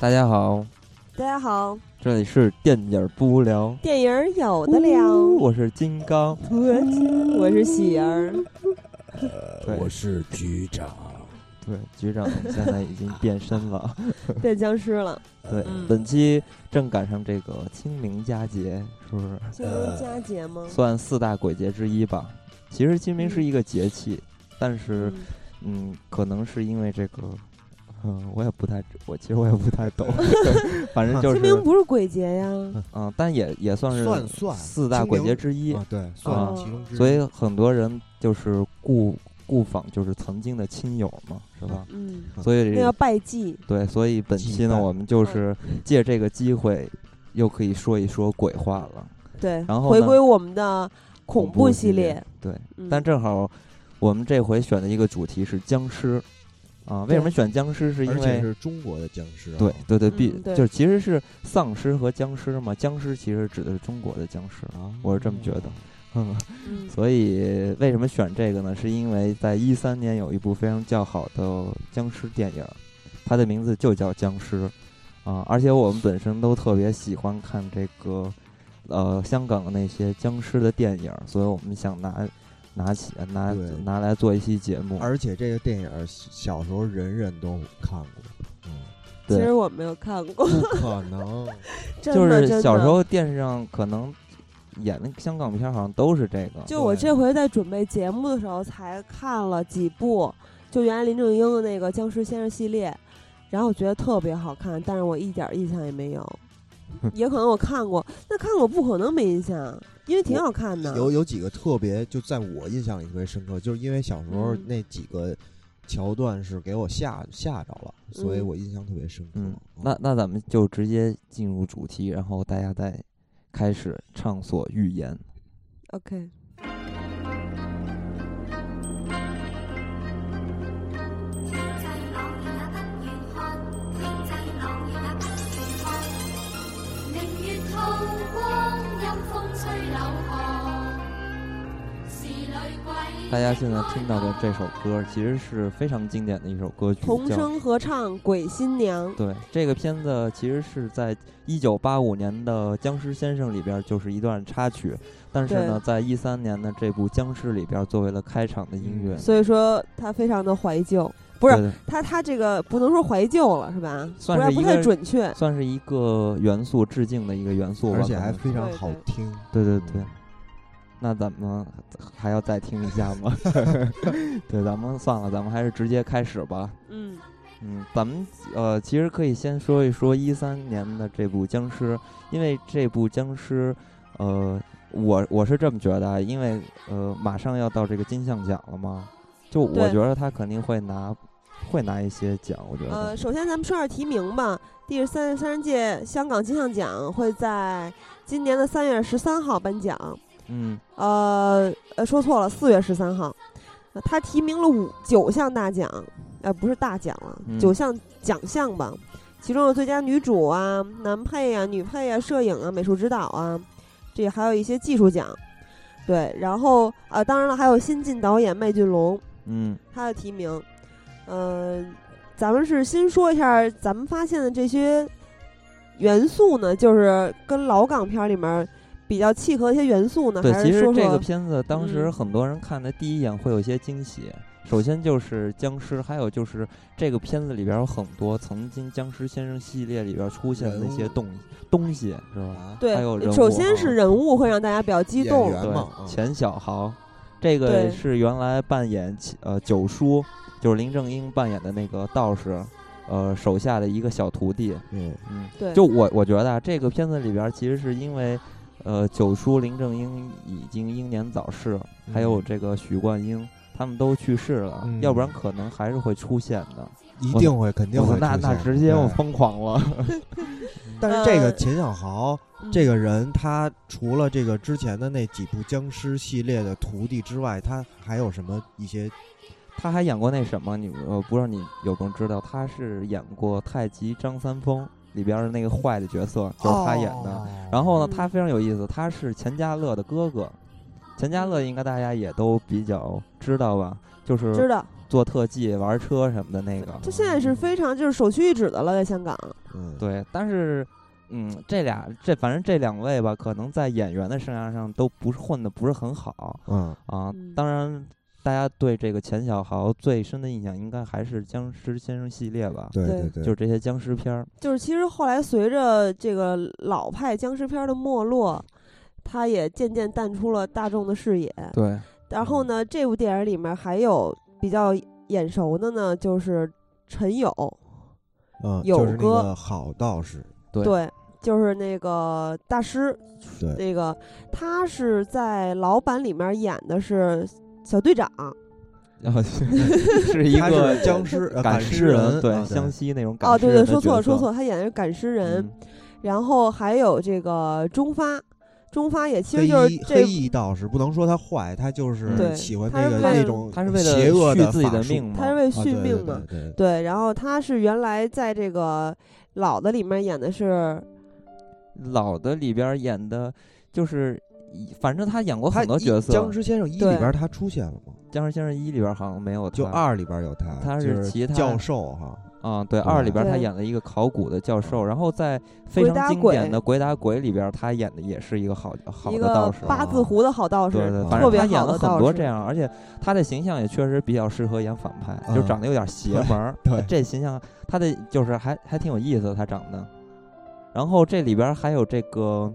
大家好，大家好，这里是电影不无聊，电影儿有的聊，呜我是金刚，我是喜儿，对呃我是局长，对，局长现在已经变身 了。 变僵尸了，对，嗯本期正赶上这个清明佳节，是不是清明佳节吗？算四大鬼节之一吧？其实清明是一个节气，但是嗯嗯，可能是因为这个。嗯，我也不太，我其实我也不太 懂，反正就清 是，明嗯、不是鬼节呀，但也也算是算算四大鬼节之一，啊，对，算啊其中之一。所以很多人就是故故访，就是曾经的亲友嘛，是吧？嗯，所以那要拜祭，对，所以本期祭呢，拜我们就是借这个机会，又可以说一说鬼话了。对，然后呢回归我们的恐怖系列，对，嗯但正好我们这回选的一个主题是僵尸啊。为什么对选僵尸？是因而且为是中国的僵尸、啊，对对对，必嗯对就是其实是丧尸和僵尸嘛。僵尸其实指的是中国的僵尸，啊，我是这么觉得。嗯，嗯所以为什么选这个呢？是因为在一三年有一部非常较好的僵尸电影，它的名字就叫《僵尸》啊、而且我们本身都特别喜欢看这个呃香港的那些僵尸的电影，所以我们想拿拿起拿对拿来做一期节目。而且这个电影小时候人人都看过， 嗯，其对实我没有看过，不可能，真就的真是的小时候电视上可能演的香港片好像都是这个，就我对这回在准备节目的时候才看了几部，就原来林正英的那个《僵尸先生》系列，然后我觉得特别好看，但是我一点儿印象也 没有，也可能我看过，那看过不可能没印象，因为挺好看的。 有有几个特别，就在我印象里特别深刻，就是因为小时候嗯那几个桥段是给我吓吓着了，所以嗯我印象特别深刻。嗯，那那咱们就直接进入主题，然后大家再开始畅所欲言。 OK，大家现在听到的这首歌其实是非常经典的一首歌曲，童叫声合唱《鬼新娘》，对，这个片子其实是在一九八五年的《僵尸先生》里边儿就是一段插曲，但是呢，在一三年的这部《僵尸》里边儿作为了开场的音乐。嗯所以说它非常的怀旧，不是对它它这个不能说怀旧了是吧？不算然是不一太个准确。算是一个元素致敬的一个元素吧，而且可还能非常对好对听。对对对，那咱们还要再听一下 吗？ 对，咱们算了，咱们还是直接开始吧。嗯，嗯，咱们呃，其实可以先说一说一三年的这部《僵尸》，因为这部《僵尸》，呃，我我是这么觉得啊，因为呃，马上要到这个金像奖了嘛，就我对觉得他肯定会拿，会拿一些奖，我觉得。呃，首先咱们说下提名吧。第三十三届香港金像奖会在今年的三月十三号颁奖，嗯，呃呃，说错了，四月十三号。呃他提名了五九项大奖，呃，不是大奖了，嗯九项奖项吧。其中有最佳女主啊、男配啊、女配啊、摄影啊、美术指导啊，这还有一些技术奖。对，然后呃，当然了，还有新晋导演麦浚龙，嗯，他的提名。嗯、咱们是先说一下咱们发现的这些元素呢，就是跟老港片里面比较契合的一些元素呢，对，呃还其是实说这说个片子当时嗯很多人看的第一眼会有一些惊喜。首先就是僵尸，还有就是这个片子里边有很多曾经《僵尸先生》系列里边出现的一些人物东东西，是吧？啊，还有人对，物首先是啊人物会让大家比较激演动员，对嘛，啊钱小豪，这个对是原来扮演其呃九叔，就是林正英扮演的那个道士，呃手下的一个小徒弟。嗯，嗯，对，就我我觉得啊，这个片子里边其实是因为，呃九叔林正英已经英年早逝，还有嗯这个许冠英。他们都去世了，嗯要不然可能还是会出现的。一我定会，肯定我操会出现。那那直接我对疯狂了。但是这个呃秦小豪嗯这个人，他除了这个之前的那几部僵尸系列的徒弟之外，他还有什么一些他还演过那什么，你呃不知道你有没有知道，他是演过《太极张三丰》里边的那个坏的角色，就是他演的。哦然后呢，嗯他非常有意思，他是钱嘉乐的哥哥。钱嘉乐应该大家也都比较知道吧，就是知道做特技、玩车什么的那个。这现在是非常就是首屈一指的了，在香港。嗯，对，但是，嗯，这俩这反正这两位吧，可能在演员的生涯上都不是混的不是很好嗯，啊。嗯当然，大家对这个钱小豪最深的印象应该还是《僵尸先生》系列吧，对对对对，就是这些僵尸片儿。就是其实后来随着这个老派僵尸片的没落，它也渐渐淡出了大众的视野。对，然嗯后呢，这部电影里面还有比较眼熟的呢，就是陈友，嗯，有就是那歌个好道士，对对，就是那个大师，对那个他是在《老板》里面演的是小队长，然后 是一他个是僵尸呃赶尸人，对，湘西那种赶哦，尸对人对，的说错角色了，说错，了，他演的是赶尸人。嗯然后还有这个中发，中发也其实黑就是衣这黑衣道士，不能说他坏，他就是对喜欢他那是个为那了种他是为邪恶了续的自己法的术命嘛他是为啊续对命嘛。对对对对，然后他是原来在这个老的里面演的是，老的里边演的，就是一反正他演过他很多一角色，僵尸先生一对里边他出现了吗？僵尸先生一》里边好像没有他，就二里边有他，他就是其他教授哈，啊、对，对二里边他对演了一个考古的教授，然后在非鬼打常经鬼典的《鬼打鬼》里边，他演的也是一个好好一的道个士，啊八字胡的好道士，对对，反正特别他好演的了道很多士这样，而且他的形象也确实比较适合演反派，嗯就长得有点邪门儿， 对这形象他的就是还还挺有意思的，他长得。然后这里边还有这个，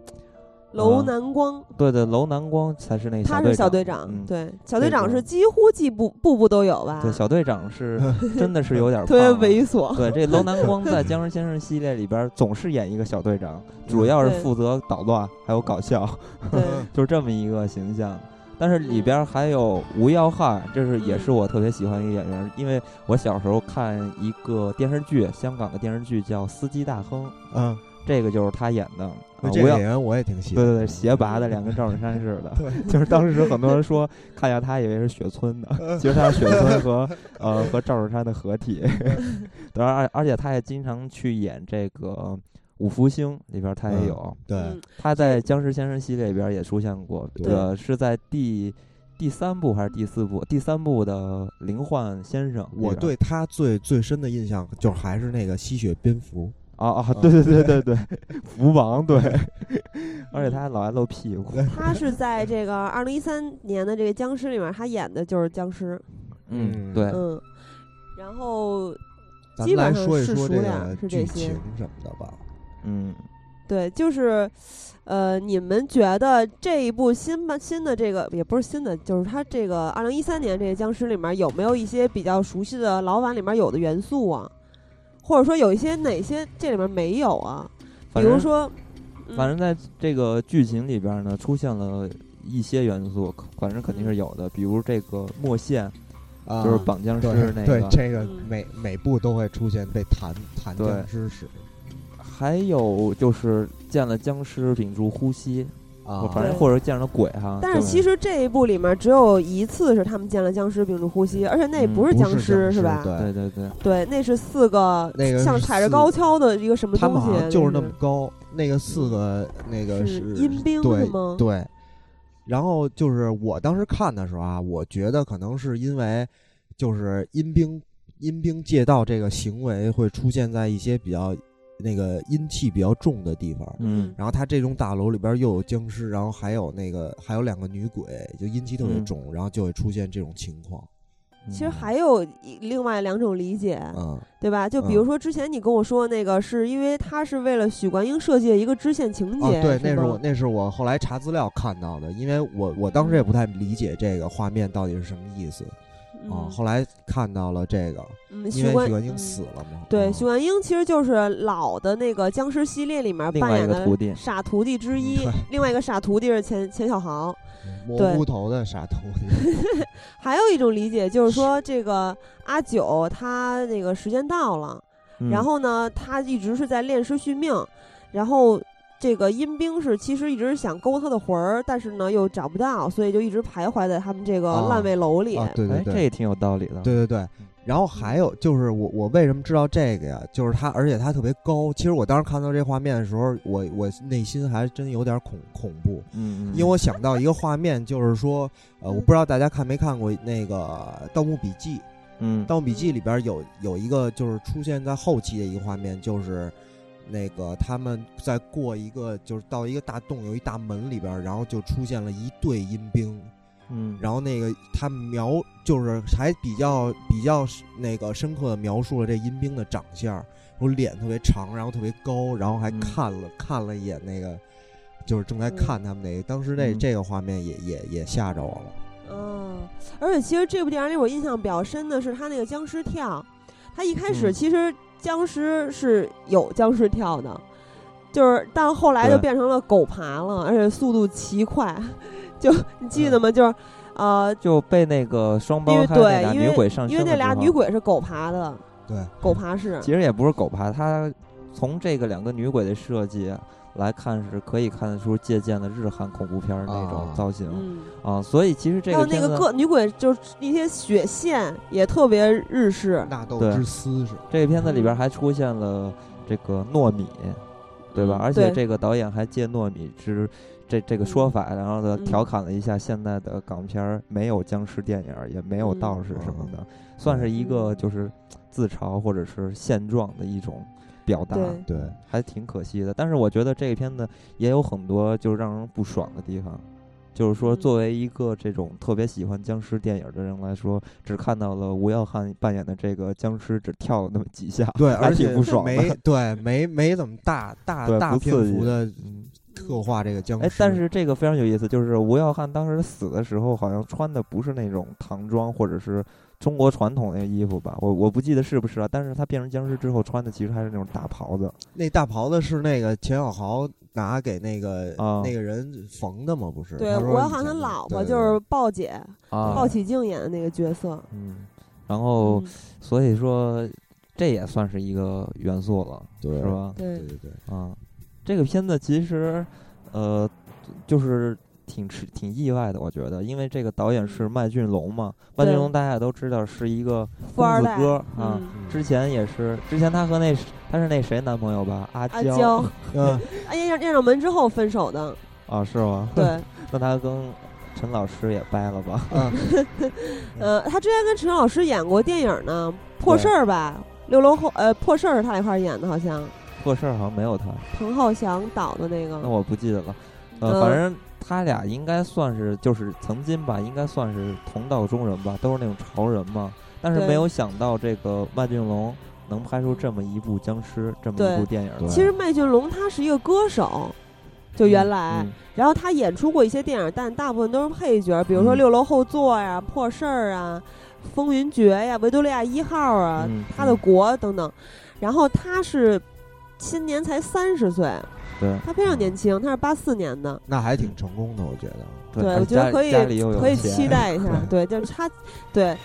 楼嗯南光，对对，楼南光才是那个他队是小队长，嗯长，对，小这队长个是几乎季步步步都有吧，对，小队长 是真的是有点特别胖了啊猥 琐，对，这楼南光 在《僵尸先生》系列里边儿总是演一个小队长，主要是对负责捣乱，还有搞笑， 对，就是这么一个形象。但是里边儿还有吴耀汉，这是也是我特别喜欢一个演员，因为我小时候看一个电视剧，香港的电视剧叫《司机大亨》， 嗯，这个就是他演的。啊那这吴个耀演员我也挺喜对欢对的，。对，斜拔的，脸跟赵本山似的 对，就是当时很多人说看见他以为是雪村嗯的，其实他是雪村 和呃和赵本山的合体。嗯 当然，而而且他也经常去演这个《五福星》里边，他也嗯有。对嗯，他在《僵尸先生》系列里边也出现过，对呃，是在第第三部还是第四部？第三部的《灵幻先生》里边。我对他最最深的印象就是还是那个吸血蝙蝠，啊啊，对对对对对， 福王对，而且他还老爱露屁股。他是在这个二零一三年的这个僵尸里面，他演的就是僵尸，嗯，嗯对，嗯，然后咱基本们来上说一是说熟这脸个是这剧些情什么的吧。嗯，对，就是，呃，你们觉得这一部新吧新的这个也不是新的，就是它这个二零一三年这个僵尸里面有没有一些比较熟悉的老版里面有的元素啊？或者说有一些哪些这里面没有啊？比反如正说，反嗯正在这个剧情里边呢，出现了一些元素，可反正肯定是有的，比如这个墨线，啊就是绑僵尸那对个，这个嗯每每部都会出现被弹弹对僵尸使还有就是见了僵尸屏住呼吸，啊，反正对或者见了鬼哈。但是其实实这一部里面只有一次是他们见了僵尸屏住呼吸，而且那也嗯不是不僵尸是吧？对对，对对，对，那是四个那个像是踩着四高个跷的一个什么他东们西啊好，像就是那是么高，那个四个那个是是阴兵是对吗对。然后就是我当时看的时候啊，我觉得可能是因为就是阴兵阴兵借道这个行为会出现在一些比较那个阴气比较重的地方，嗯然后他这栋大楼里边又有僵尸，然后还有那个还有两个女鬼，就阴气特别嗯重，然后就会出现这种情况。其实还有一另外两种理解，嗯，对吧？就比如嗯说之前你跟我说那个，是因为他是为了许冠英设计的一个支线情哦节，，对，是那是吗我那是我后来查资料看到的，因为我我当时也不太理解这个画面到底是什么意思啊，嗯后来看到了这个，嗯，因许为冠许冠英嗯死了嘛。对，啊许冠英其实就是老的那个僵尸系列里面另扮外一演个的徒弟傻徒弟之一嗯对，另外一个傻徒弟是钱钱小豪。嗯蘑对菇头啊 的傻徒弟，还有一种理解就是说，这个阿九他那个时间到了，嗯然后呢，他一直是在练尸续命，然后这个阴兵是其实一直想勾他的魂儿，但是呢又找不到，所以就一直徘徊在他们这个啊烂尾楼里。啊，对对哎，这嗯对，也挺有道理的。对对对。然嗯后还有就是我我为什么知道这个呀？就是他，而且他特别高。其实我当时看到这画面的时候，我我内心还真有点恐恐怖，嗯，嗯，因为我想到一个画面，就是说，呃，我不知道大家看没看过那个《盗墓笔记》，嗯《盗墓笔记》里边有有一个就是出现在后期的一个画面，就是那个他们在过一个就是到一个大洞，有一大门里边，然后就出现了一队阴兵，嗯，然后那个他描就是还比较比较那个深刻的描述了这阴兵的长相，说脸特别长，然后特别高，然后还嗯看了、看了一眼那个就是正在看他们那个，当时那、嗯这个画面也也也吓着我了。嗯，而且其实这部电影里我印象比较深的是他那个僵尸跳，他一开始嗯其实僵尸是有僵尸跳的，就是但后来就对变成了狗爬了，而且速度奇快， 就你记得吗？嗯就是呃，就被那个双因胞为胎那对俩因女为鬼上因身为了那俩之女后，鬼是狗爬的，对，狗爬式，其实也不是狗爬，它从这个两个女鬼的设计来看，是可以看得出借鉴了日韩恐怖片儿那种啊造型嗯，啊所以其实这还有个那片个子，个女鬼就是那些血线也特别日式，纳豆对之丝是吧这个片子里边还出现了这个糯米，对吧？嗯而且对这个导演还借糯米之这这个说法，然后呢嗯调侃了一下现在的港片儿没有僵尸电影儿，也没有嗯道士什么的，算是一个嗯就是自嘲或者是现状的一种表达，对，对，还挺可惜的。但是我觉得这个片子也有很多就是让人不爽的地方。就是说，嗯作为一个这种特别喜欢僵尸电影儿的人来说，只看到了吴耀汉扮演的这个僵尸只跳了那么几下，对，还而且挺不爽的。没 对没没怎么 大大对大不篇刺激幅的嗯，刻画这个僵尸。哎，但是这个非常有意思，就是吴耀汉当时死的时候，好像穿的不是那种唐装或者是中国传统的衣服吧？我我不记得是不是了、但是他变成僵尸之后穿的其实还是那种大袍子，那大袍子是那个钱小豪拿给那个、啊那个人缝的吗？不是？对，他说我以好像他前的老婆对对就是鲍姐啊鲍起静演的那个角色，嗯，然后、嗯所以说这也算是一个元素了，对是？吧？对对对对，啊，这个片子其实，呃，就是挺吃挺意外的，我觉得，因为这个导演是麦浚龙嘛，麦浚对龙大家也都知道是一个富公二子代哥啊。嗯，之前也是，之前他和那他是那谁男朋友吧？阿阿娇娇， 嗯， 哎呀，燕上门之后分手的，啊，是吗？，对，那他跟陈老师也掰了吧？ 呃，他之前跟陈老师演过电影呢，《破对事儿》吧，六楼后，呃，《破事儿》是他俩一块儿演的，好像破事儿好像没有他，彭浩翔导的那那个，我不记得了。呃，嗯反正他俩应该算是就是曾经吧，应该算是同道中人吧，都是那种潮人嘛。但是对没有想到这个麦浚龙能拍出这么一部僵尸这么一对部电影来。其实麦浚龙他是一个歌手。就原来，嗯嗯然后他演出过一些电影，但大部分都是配角，比如说《嗯六楼后座》呀、破事儿》啊、《风云决》呀、《维多利亚一号》啊、嗯他的嗯国等等。然后他是今年才三十岁，嗯对他非常年轻，他是八四年的，嗯那还挺成功的，我觉得。对对而我觉得家可以家里又有可以钱期待一下。对，就是他，对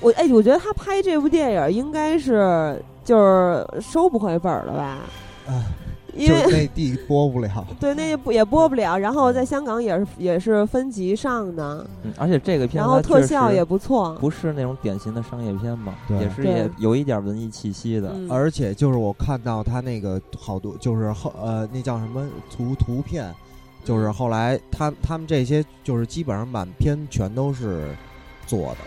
我哎，我觉得他拍这部电影应该是就是收不回本儿了吧，哎，因就为是内地播 不了，对那也不也播不了，然后在香港也是也是分级上的，嗯而且这个片然子后它特确效实也不错，不是那种典型的商业片嘛，对也是对也有一点文艺气息的。嗯而且就是我看到他那个好多就是后呃那叫什么图图片，就是后来他他们这些就是基本上满片全都是做的，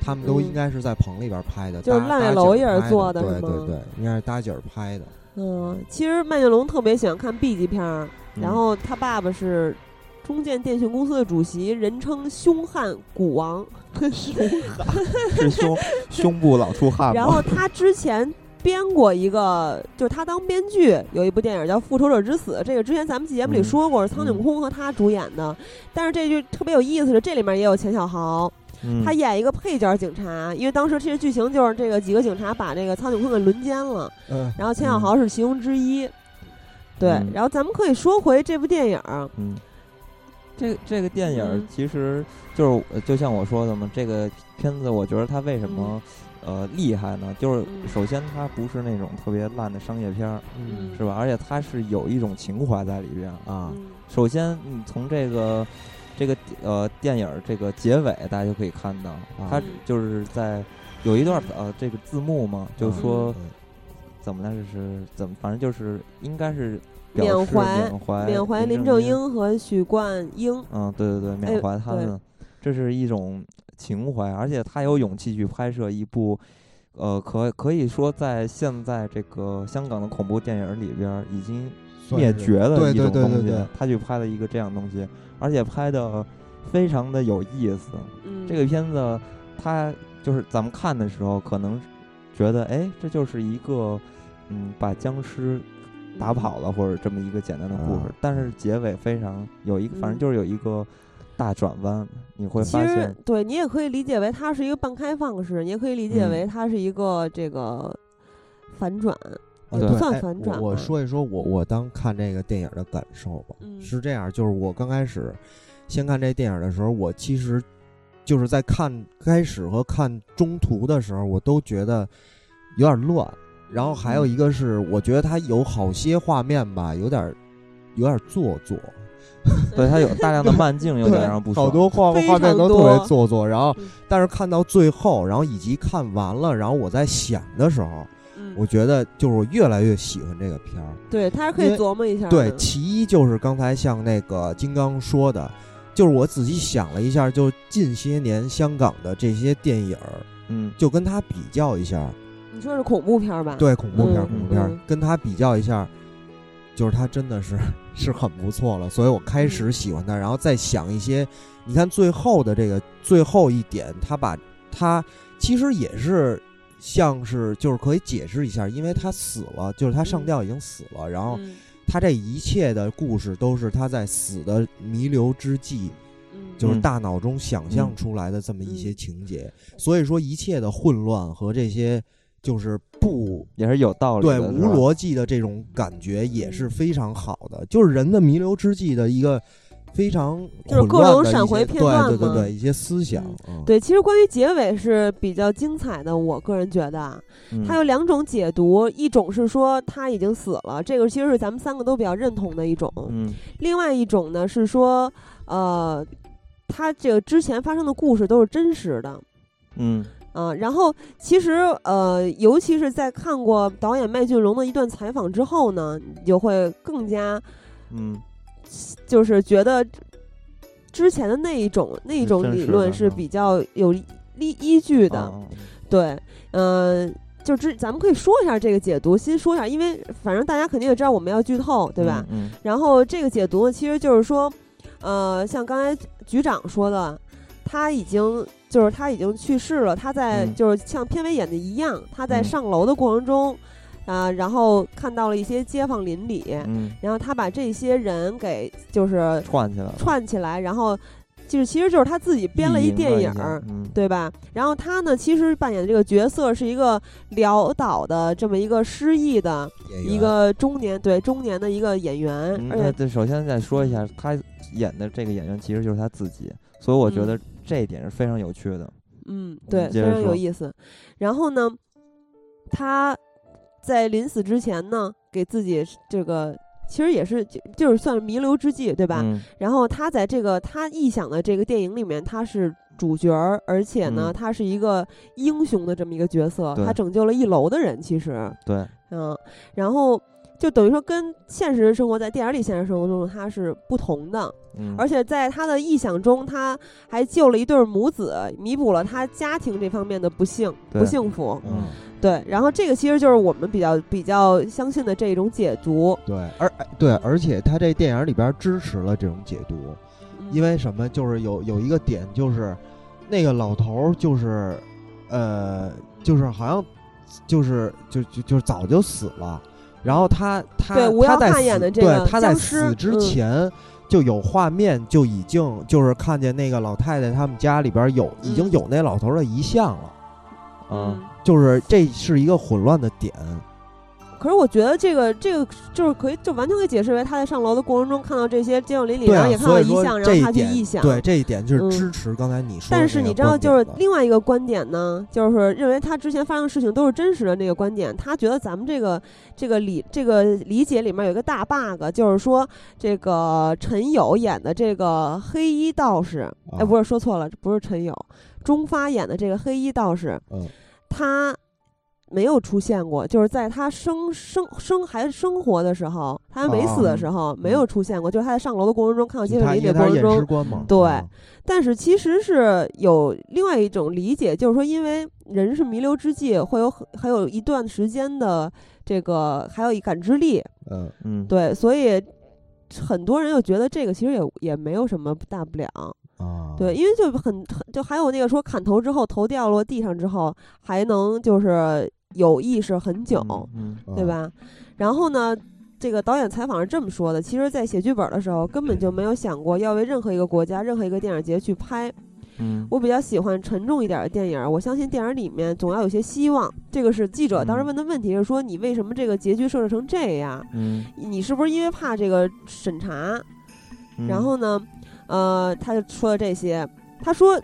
他们都嗯应该是在棚里边拍的，就是搭烂尾楼也是做的的搭是景儿拍，吗对对对，应该是搭景儿拍的。嗯，其实麦浚龙特别喜欢看 B 级片儿，嗯然后他爸爸是。中建电讯公司的主席，人称“凶悍 股王”，是 胸胸部老出汗然后他之前编过一个，就是他当编剧有一部电影叫《复仇者之死》，这个之前咱们节嗯目里说过，是苍井空和他主演的。但是这句特别有意思是，这里面也有钱小豪，嗯他演一个配角警察，因为当时其实剧情就是这个几个警察把这个苍井空给轮奸了，嗯，然后钱小豪是其中之一。对嗯，然后咱们可以说回这部电影儿，嗯，这这个电影儿嗯其实就是呃就像我说的嘛，这个片子我觉得它为什么呃厉害呢？就是嗯首先它不是那种特别烂的商业片儿，嗯是吧？而且它是有一种情怀在里边啊。啊，嗯首先，你从这个这个呃电影儿这个结尾，大家就可以看到，啊它嗯就是在有一段呃这个字幕嘛，就说嗯怎么来着是怎么，反正就是应该是表缅示怀缅怀缅怀林正正。英和许冠英，嗯，对对对，缅哎怀他对们，这是一种情怀，而且他有勇气去拍摄一部，呃，可可以说在现在这个香港的恐怖电影里边儿已经算灭是绝的对一种对对东西，对对，他去拍了一个这样的东西，而且拍的非常的有意思。嗯，这个片子，它就是咱们看的时候，可能觉得，哎，这就是一个，嗯，把僵尸嗯打跑了或者这么一个简单的故事啊，但是结尾非常有一个，反正嗯就是有一个大转弯，你会其发实现，对你也可以理解为它是一个半开放式，你也可以理解嗯为它是一个这个反转。啊对对算哎反我转我吧说一说我我当看这个电影的感受吧，嗯是这样，就是我刚开始先看这电影的时候，我其实就是在看开始和看中途的时候，我都觉得有点乱。然后还有嗯一个是，我觉得它有好些画面吧，有点有点做作，对它有大量的慢镜，有点让人不爽。好多 画非画面常都特多别做作。然后嗯，但是看到最后，然后以及看完了，然后我在想的时候，嗯，我觉得就是我越来越喜欢这个片儿。对，它是可以因为琢磨一下的。对，其一就是刚才像那个金刚说的，就是我仔细想了一下，就近些年香港的这些电影儿，嗯，就跟它比较一下，你说是恐怖片儿吧？，对恐怖片儿、嗯恐怖片儿、嗯跟它比较一下，就是它真的是是很不错了。所以我开嗯始喜欢它，然后再想一些，你看最后的这个最后一点，它把它其实也是。像是就是可以解释一下，因为他死了，就是他上嗯吊已经死了，然哦后嗯他这一切的故事都是他在死的弥留之际，嗯，就是嗯大脑中想象嗯出来的这么一些嗯情节。所以说，一切的混乱和这些就是不也是有道理的，对是无吧逻辑的这种感觉也是嗯非常好的，就是人的弥留之际的一个非常就是混各乱种的一闪些回片段对对对嘛对，一些思想。嗯对，其实关于结尾是比较精彩的，我个人觉得啊，嗯它有两种解读，一种是说他已经死了，这个其实是咱们三个都比较认同的一种；嗯另外一种呢是说，呃，他这个之前发生的故事都是真实的。嗯啊、然后其实呃，尤其是在看过导演麦浚龙的一段采访之后呢，你就会更加嗯，就是觉得之前的那一种那一是种真理实论的是嗯比较有依依据的。啊对，嗯、就之咱们可以说一下这个解读，先说一下，因为反正大家肯定也知道我们要剧透，对吧？？嗯然后这个解读呢，其实就是说，呃，像刚才局长说的，他已经就是他已经去世了，他在、嗯就是像片尾演的一样，他在嗯上楼的过程中，啊、然后看到了一些街坊邻里，嗯嗯，然后他把这些人给就是串起来了，串起来，然后就是其实就是他自己编了意一淫电了影下儿，嗯，对吧？然后他呢，其实扮演这个角色是一个潦倒的这么一个失忆的演一员个中年，对中年的一个演员，嗯而那且这首先再说一下，他演的这个演员其实就是他自己，所以我觉嗯得这一点是非常有趣的。嗯，对，接非着常有说意思。然后呢，他在临死之前呢，给自己这个其实也是就就是算是弥留之际，对吧？嗯然后他在这个他臆想的这个电影里面，他是主角儿，而且嗯呢，他是一个英雄的这么一个角色，对他拯救了一楼的人，其实，对，嗯，然后就等于说跟现实生活在电影里现实生活中它是不同的，嗯，而且在他的臆想中，他还救了一对母子，弥补了他家庭这方面的不幸不对幸福。嗯对，然后这个其实就是我们比较比较相信的这一种解读，对，而哎对，而且他这电影里边支持了这种解读，因为为什么？就是有有一个点，就是呃那个老头儿，就是呃，就是好像就是就就就是早就死了，然后他他对吴他耀在汉演死的这个对他在僵尸死之嗯前。就有画面，就已经就是看见那个老太太他们家里边有已经嗯有那老头儿的遗像了，啊，就是这是一个混乱的点，可是我觉得这个这个就是可以就完全可以解释为他在上楼的过程中看到这些街坊邻里，对然啊后也，看到所以遗说像，然这后一他去点臆想。对这一点就嗯是支持刚才你但说的那个观点的。是你知道，就是另外一个观点呢，就是说认为他之前发生的事情都是真实的那个观点，他觉得咱们这个这个理这个理解里面有一个大 bug，就是说这个陈友演的这个黑衣道士，哎，啊不是说错了，不是陈友，钟发演的这个黑衣道士，嗯他没有出现过，就是在他生生生还生活的时候，他还没死的时候、没有出现过，就是他在上楼的过程中看到街啊嗯他市邻因里为的他过是程验中，尸官嘛，对嗯但是其实是有另外一种理解，就是说因为人是弥留之际，会有很还有一段时间的这个还有一感知力，嗯，嗯，对，所以很多人又觉得这个其实也也没有什么大不了，嗯啊，对，，因为就很很就还有那个说砍头之后头掉落地上之后还能就是有意识很久，嗯，啊对？吧？然后呢，这个导演采访是这么说的：，其实，在写剧本的时候，根本就没有想过要为任何一个国家、任何一个电影节去拍。嗯，我比较喜欢沉重一点的电影，我相信电影里面总要有些希望。这个是记者当时嗯问的问题，是说你为什么这个结局设置成这样？嗯，你是不是因为怕这个审查？嗯然后呢，呃，他就说了这些。他说，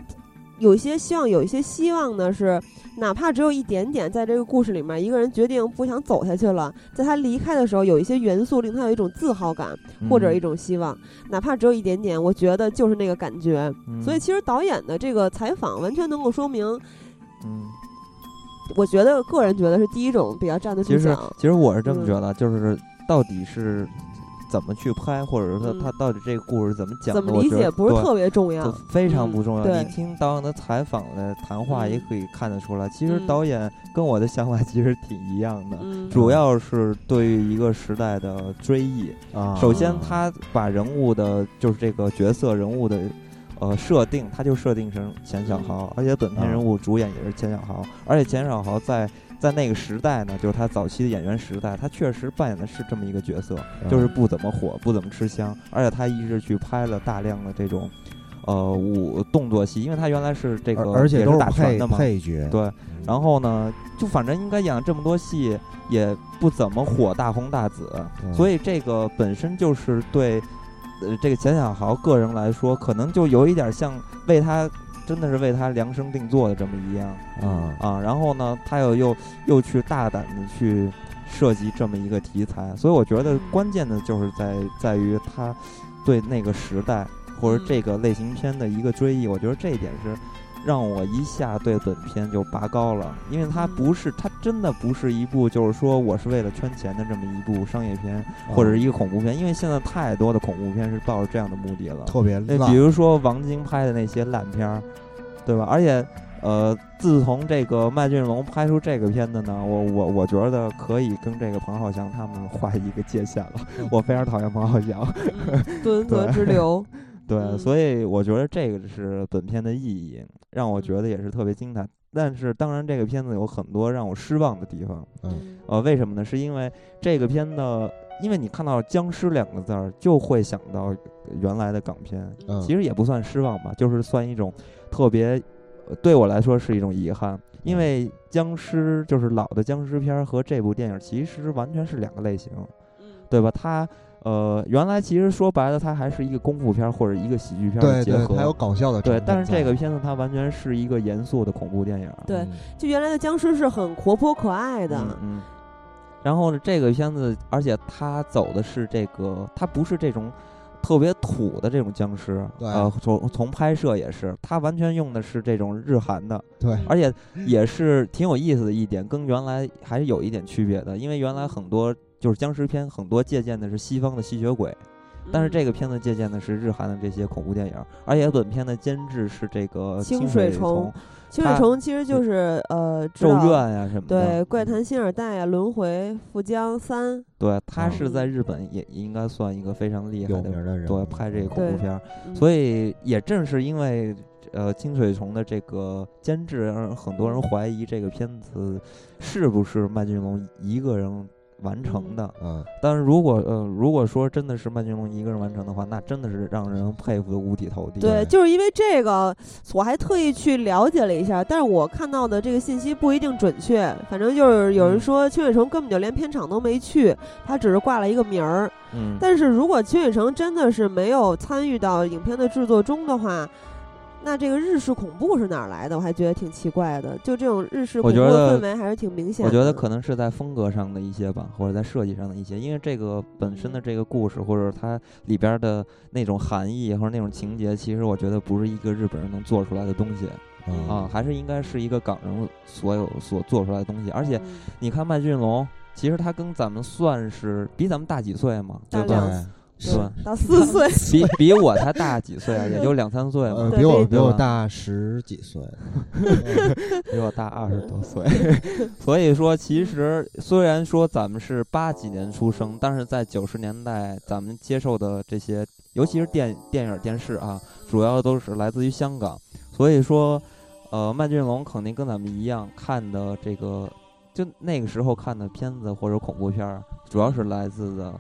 有一些希望，有一些希望呢是，哪怕只有一点点，在这个故事里面，一个人决定不想走下去了，在他离开的时候，有一些元素令他有一种自豪感，或嗯者一，种希望，哪怕只有一点点，我觉得就是那个感觉。嗯所以，其实导演的这个采访完全能够说明，嗯，我觉得个人觉得是第一种比较站得其住实脚。其实我是这么嗯觉得，就是到底是怎么去拍，或者是嗯他他到底这个故事怎么讲的，怎么理我觉解得不是对特别重要就，非常嗯不重要。对你听导演的采访的谈话嗯也可以看得出来，其实嗯导演跟我的想法其实挺一样的。嗯，主要是对于一个时代的追忆。啊，首先，他把人物的，就是这个角色人物的，呃，设定，他就设定成钱小豪，而且本片啊人物主演也是钱小豪，而且钱小豪在在那个时代呢，就是他早期的演员时代，他确实扮演的是这么一个角色，嗯就是不怎么火，不怎么吃香，而且他一直去拍了大量的这种，呃，舞动作戏，因为他原来是这而个而且也都打拳配的嘛，配角，嗯对，然后呢，就反正应该演了这么多戏，也不怎么火，大红大紫，嗯所以这个本身就是对，呃，这个钱小豪个人来说，可能就有一点像为他。真的是为他量身定做的这么一样啊，啊，然后呢，他又又又去大胆的去涉及这么一个题材，所以我觉得关键的就是在在于他对那个时代或者这个类型片的一个追忆，我觉得这一点是让我一下对本片就拔高了，因为它嗯不是，它真的不是一部就是说我是为了圈钱的这么一部商业片啊或者是一个恐怖片，因为现在太多的恐怖片是抱着这样的目的了。特别那烂，比如说王晶拍的那些烂片儿，对吧？而且，呃，自从这个麦浚龙拍出这个片子呢，我我我觉得可以跟这个彭浩翔他们划一个界限了。 我非常讨厌彭浩翔，嗯对敦则 之流。对，嗯所以我觉得这个是本片的意义，让我觉得也是特别精彩。但是，当然这个片子有很多让我失望的地方。嗯呃，为什么呢？是因为这个片的，因为你看到“僵尸”两个字儿，就会想到原来的港片，嗯其实也不算失望吧，就是算一种特别，呃对我来说是一种遗憾，嗯因为僵尸就是老的僵尸片儿和这部电影其实完全是两个类型，嗯对吧？它呃原来其实说白了，它还是一个功夫片儿或者一个喜剧片儿的对结对，合，还有搞笑的成对分在，但是这个片子它完全是一个严肃的恐怖电影儿，对嗯就原来的僵尸是很活泼可爱的，嗯嗯。然后呢，这个片子，而且它走的是这个，它不是这种特别土的这种僵尸，对呃，从从拍摄也是，它完全用的是这种日韩的，对，而 且也是挺有意思的一点，跟原来还是有一点区别的，因为原来很多就是僵尸片，很多借鉴的是西方的吸血鬼，嗯但是这个片子借鉴的是日韩的这些恐怖电影，而且本片的监制是这个清清水水崇崇、清水它虫其实就是呃，知咒道怨嗯呀、什么的，对怪谈新尔代啊，轮回富江三，对他是嗯在日本也应该算一个非常厉害有的名儿的人对拍这个恐怖对片儿，嗯所以也正是因为呃清水崇的这个监制，让很多人怀疑这个片子是不是麦浚龙一个人完成的。嗯，但是如果呃如果说真的是麦浚龙一个人完成的话，那真的是让人佩服的五体投地。对，对就是因为这个，我还特意去了解了一下，但是我看到的这个信息不一定准确。反正就是有人嗯说清水虫根本就连片场都没去，他只是挂了一个名儿。嗯，但是如果清水城真的是没有参与到影片的制作中的话，那这个日式恐怖是哪儿来的？我还觉得挺奇怪的。就这种日式我恐怖觉的得氛围还是挺明显我的。觉得可能是在风格上的一些吧，或者在设计上的一些，因为这个本身的嗯这个故事，或者它里边儿的那种含义或者那种情节，其实我觉得不是一个日本人能做出来的东西。嗯啊，还是应该是一个港人所有所做出来的东西。而且嗯你看麦浚龙，其实他跟咱们算是比咱们大几岁嘛，大对对吧？两是对吧到 四岁，比比我才大几岁，啊，也就两三岁呃嘛，对比我对比我对大十几 岁，比我大二十多岁。 所以说，其实虽然说咱们是八几年出生，但是在九十年代咱们接受的这些，尤其是电电影、电视啊，主要都是来自于香港。所以说，呃，麦浚龙肯定跟咱们一样看的这个。就那个时候看的片子或者恐怖片儿，啊主要是来自的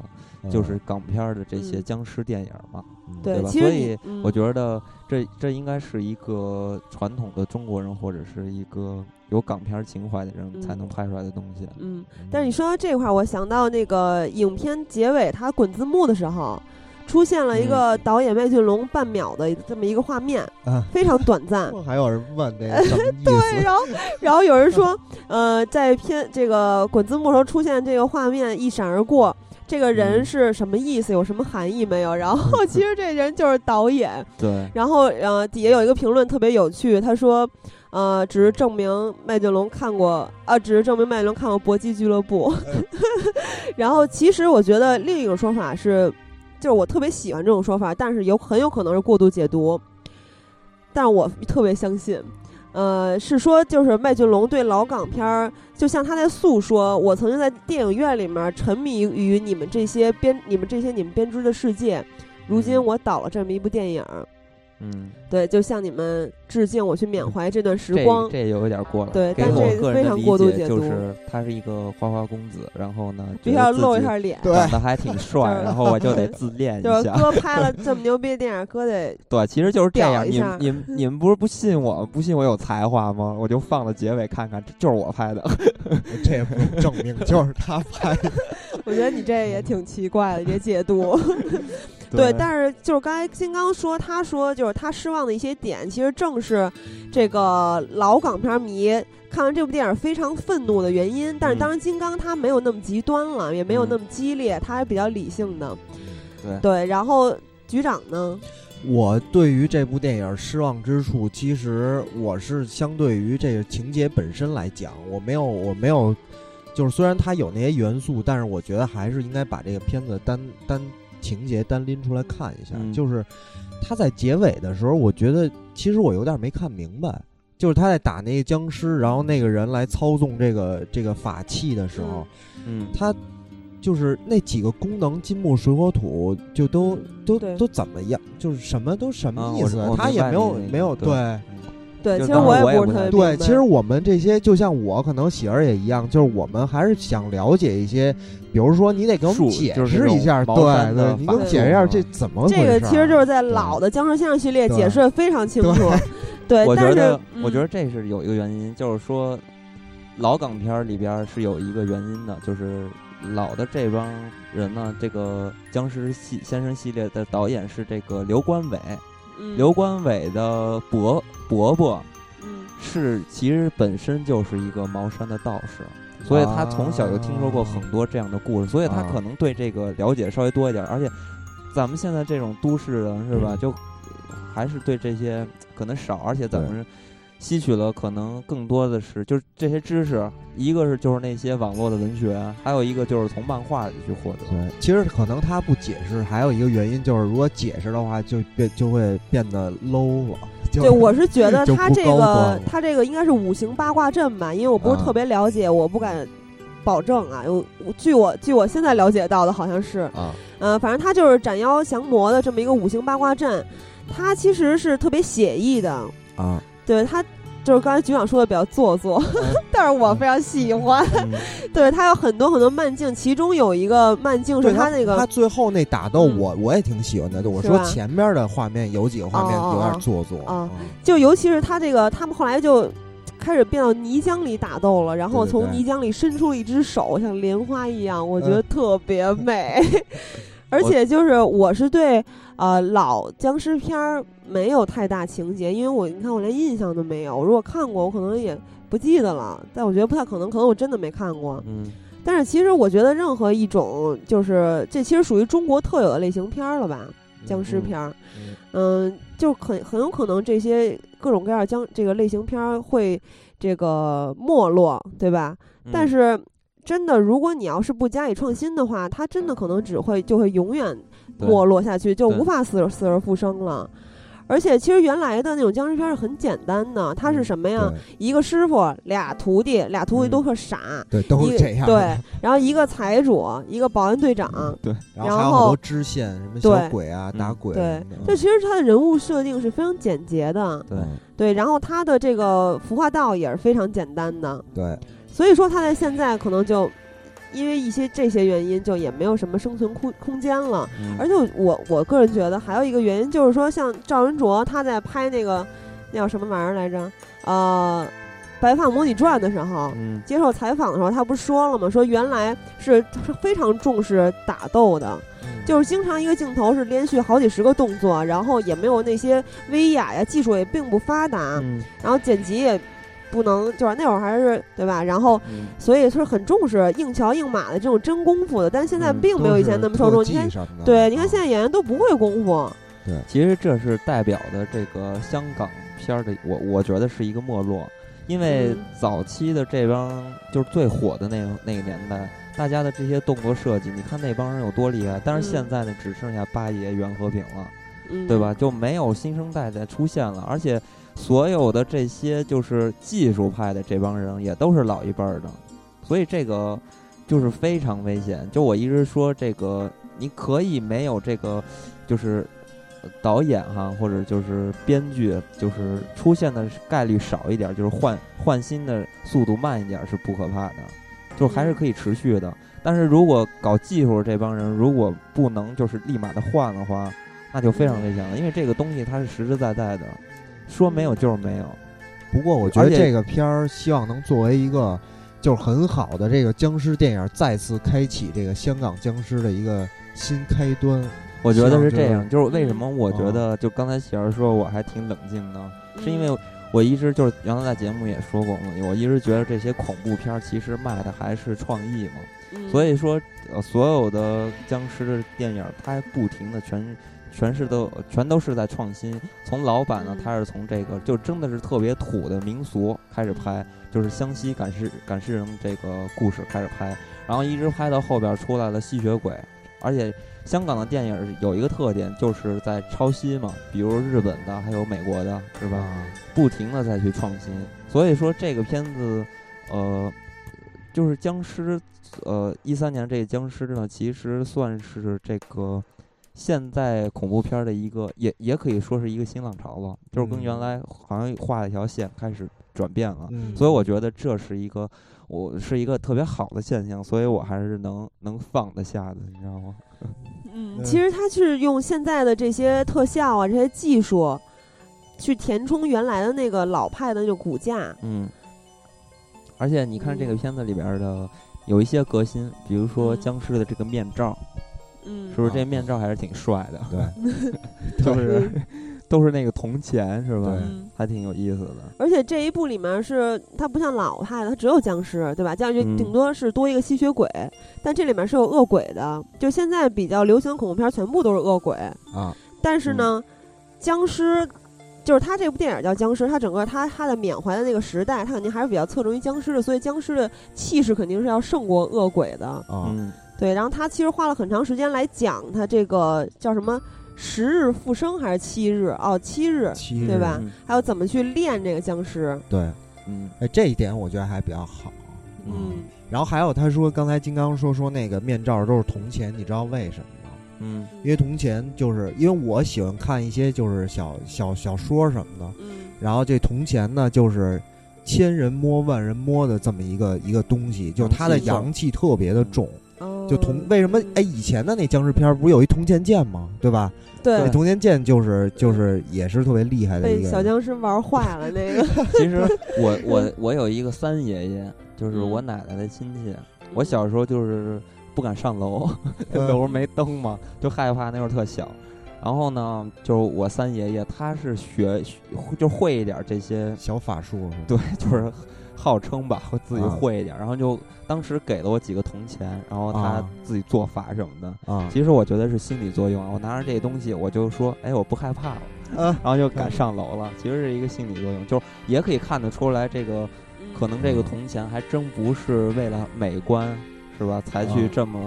嗯就是港片儿的这些嗯僵尸电影嘛。嗯对吧其所实以你嗯我觉得这这应该是一个传统的中国人或者是一个有港片情怀的人嗯才能拍出来的东西。嗯，但是你说到这块儿，我想到那个影片结尾他滚字幕的时候，出现了一个导演麦浚龙半秒的这么一个画面，啊，非常短暂。还有人问这个什么意思？对， 然后然后有人说，呃，在片这个滚字幕时候出现这个画面一闪而过，这个人嗯是什么意思？有什么含义没有？然后 其实这人就是导演。对，然后呃，底下有一个评论特别有趣，他说，呃，只是证明麦浚龙看过，啊，只是证明麦浚龙看过《搏击俱 乐部》然后其实我觉得另一种说法是，就是我特别喜欢这种说法，但是有很有可能是过度解读，但是我特别相信。呃，是说就是麦浚龙对老港片儿，就像他在诉说，我曾经在电影院里面沉迷于你们这些编、你们这些你们编织的世界，如今嗯我导了这么一部电影儿，嗯，对，就向你们致敬，我去缅怀这段时这光。这有点过了。对给但我这个人非的常理过度解解就读是他是一个花花公子，然后 呢，必觉须得要自露一己下脸，对长得还挺 帅，就是然后我就得自恋一就是下。哥拍了这么牛逼的电影，哥得对，其实就是这屌样。一你下们你们你们不是不信我，不信我有才华吗？我就放到结尾看看，这就是我拍的。 这也不用证明，就是他拍的。我觉得你这也挺奇怪的，这解读。 对，但是就是刚才金刚说，他说就是他失望的一些点，其实正是这个老港片迷看完这部电影非常愤怒的原因。但是嗯当然，金刚他没有那么极端了，也没有那么激烈，他还比较理性的。对对，然后局长呢？我对于这部电影失望之处，其实我是相对于这个情节本身来讲，我没有，我没有，就是虽然它有那些元素，但是我觉得还是应该把这个片子单单情节单拎出来看一下。嗯就是他在结尾的时候，我觉得其实我有点没看明白，就是他在打那个僵尸，然后那个人来操纵这个这个法器的时候，嗯，他就是那几个功能，金木水火土就都都对都怎么样，就是什么都什啊么意我思，我他明也白没有你那个没有对对，对就其实当时也我也不是不特太别对，明白其实我们这些就像我可能喜儿也一样，就是我们还是想了解一些，比如说你得给我们术解就是释这种一下，茅对山的对，你给我们法解释术一下啊这怎么回事这儿啊？个其实就是在老的《僵尸先生》系列对解释的非常清楚。 对，我但觉是得，嗯我觉得这是有一个原因，就是说，老港片儿里边儿是有一个原因的，就是老的这帮人呢，这个僵尸系先生系列的导演是这个刘关伟，嗯刘关伟的伯伯伯嗯是其实本身就是一个茅山的道士。所以他从小就听说过很多这样的故事，所以他啊可能对这个了解稍微多一点儿。而且，咱们现在这种都市人是吧，嗯就还是对这些可能少，而且咱对们吸取了可能更多的是就是这些知识，一个是就是那些网络的文学，还有一个就是从漫画里去获得。对，其实可能他不解释，还有一个原因就是，如果解释的话，就变就会变得 low 了。就对，我是觉得就他不这高端个了他这个应该是五行八卦阵吧，因为我不是啊特别了解，我不敢保证啊。我我据我据我现在了解到的，好像是， 啊，呃，反正他就是斩妖降魔的这么一个五行八卦阵，它其实是特别写意的，啊，哎对它就是刚才局长说的比较做作， 但是我非常喜欢。嗯对，它有很多很多慢镜，其中有一个慢镜是对他那个他最后那打斗嗯我，我、也挺喜欢的。就我是说吧前面的画面有几个画面哦哦有哦点做作啊哦就尤其是他这个，他们后来就开始变到泥浆里打斗了，然后对对从对泥浆里伸出了一只手，像莲花一样，我觉得嗯特别 美。而且就是我是对呃老僵尸片儿没有太大情节，因为我你看我连印象都没有，如果看过我可能也不记得了，但我觉得不太可能，可能我真的没看过。嗯，但是其实我觉得任何一种就是这其实属于中国特有嗯的类型片儿了吧，僵尸片儿。嗯嗯，就很很有可能这些各种各样的僵这个类型片儿会这个没落，对吧？嗯但是真的，如果你要是不加以创新的话，它真的可能只会就会永远对没落下去，就对无法死而死而复生了。而且其实原来的那种僵尸片是很简单的，它是什么呀？一个师傅，俩徒弟，俩徒弟嗯都特傻，对，都一是这样。对，，然后一个财主，一个保安队长，对，然然后还有好后多支线，什么小对鬼啊、嗯打鬼对什么的。，这其实他的人物设定是非常简洁的，对嗯对，然后他的这个服化道也是非常简单的，对所以说他在现在可能就因为一些这些原因，就也没有什么生存空空间了。嗯而且我我个人觉得还有一个原因就是说，像赵仁卓他在拍那个那叫什么玩意儿来着？呃，《白发魔女传》的时候，嗯接受采访的时候，他不是说了吗？说原来是是非常重视打斗的，嗯就是经常一个镜头是连续好几十个动作，然后也没有那些威亚呀，技术也并不发达，嗯然后剪辑也不能，就是那会儿还是对吧？然后嗯所以是很重视硬桥硬马的这种真功夫的，但是现在嗯并没有以前那么受众。你看，啊对，啊你看现在演员都不会功夫，其实这是代表的这个香港片儿的，我我觉得是一个没落，因为嗯早期的这帮就是最火的那个那个年代，大家的这些动作设计，你看那帮人有多厉害，但是嗯现在呢，只剩下八爷、袁和平了，嗯，对吧？？就没有新生代再出现了，而且所有的这些就是技术派的这帮人也都是老一辈儿的，所以这个就是非常危险。就我一直说，这个你可以没有这个，就是呃导演哈，或者就是编剧，就是出现的概率少一点，就是换换新的速度慢一点是不可怕的，就还是可以持续的。但是如果搞技术这帮人，如果不能就是立马的换的话，那就非常危险了，因为这个东西它是实实在在的，说没有就是没有。不过我觉而得且这个片儿希望能作为一个就是很好的这个僵尸电影，再次开启这个香港僵尸的一个新开端。我觉得是这像样，就是为什么我嗯觉得就刚才喜儿说我还挺冷静呢，嗯是因为我一直就是原来在节目也说过嘛，我一直觉得这些恐怖片儿其实卖的还是创意嘛，嗯所以说呃所有的僵尸的电影儿它不停的全。全是都全都是在创新，从老版呢嗯，他是从这个就真的是特别土的民俗开始拍，就是湘西赶尸赶尸人这个故事开始拍，然后一直拍到后边出来了吸血鬼，而且香港的电影有一个特点，就是在抄袭嘛，比如日本的，还有美国的，是吧？啊，不停的再去创新，所以说这个片子，呃，就是僵尸，呃，一三年这个僵尸呢，其实算是这个现在恐怖片儿的一个，也也可以说是一个新浪潮了，就是跟嗯原来好像画了一条线开始转变了。嗯，所以我觉得这是一个，我是一个特别好的现象，所以我还是能能放得下的，你知道吗？嗯，嗯其实他是用现在的这些特效啊，这些技术，去填充原来的那个老派的那种骨架。嗯，而且你看这个嗯片子里边儿的有一些革新，比如说嗯僵尸的这个面罩，嗯是不是这啊面罩还是挺帅的？对，就对是都是那个铜钱，是吧对？嗯还挺有意思的。而且这一部里面是它不像老派的，它只有僵尸，对吧？僵尸嗯顶多是多一个吸血鬼，但这里面是有恶鬼的。就现在比较流行的恐怖片，全部都是恶鬼。啊，但是呢，僵尸就是他这部电影叫《僵尸》，他整个他他的缅怀的那个时代，他肯定还是比较侧重于僵尸的，所以僵尸的气势肯定是要胜过恶鬼的。啊，嗯，对，然后他其实花了很长时间来讲他这个叫什么十日复生还是七日？哦，七日，七对日吧？还有怎么去练这个僵尸？对，嗯哎，这一点我觉得还比较好。嗯，然后还有他说刚才金刚说说那个面罩都是铜钱，你知道为什么吗？ 嗯因为铜钱就是因为我喜欢看一些就是小小小说什么的，嗯然后这铜钱呢就是千人摸万人摸的这么一个一个东西，就是它的阳气重阳气特别的重。哦就铜为什么嗯？哎，以前的那僵尸片儿不是有一铜钱剑吗？对吧？那对，铜钱剑就是就是也是特别厉害的一被个小僵尸玩坏了那个。其实我我我有一个三爷爷，就是我嗯奶奶的亲戚。 我小时候就是不敢上 楼，嗯楼没灯嘛，就害怕。那会儿特小，然后呢，就是我三爷爷，他是学学就会一点儿这些小法术是吧，对，就是 号称吧，会自己啊会一点儿，然后就当时给了我几个铜钱，然后他啊自己做法什么的。啊其实我觉得是心理作用啊，我拿着这东西，我就说，哎，我不害怕了，啊然后就敢上楼了。其实是一个心理作用，就是也可以看得出来，这个可能这嗯个铜钱还真不是为了美观，是吧？才去啊这么。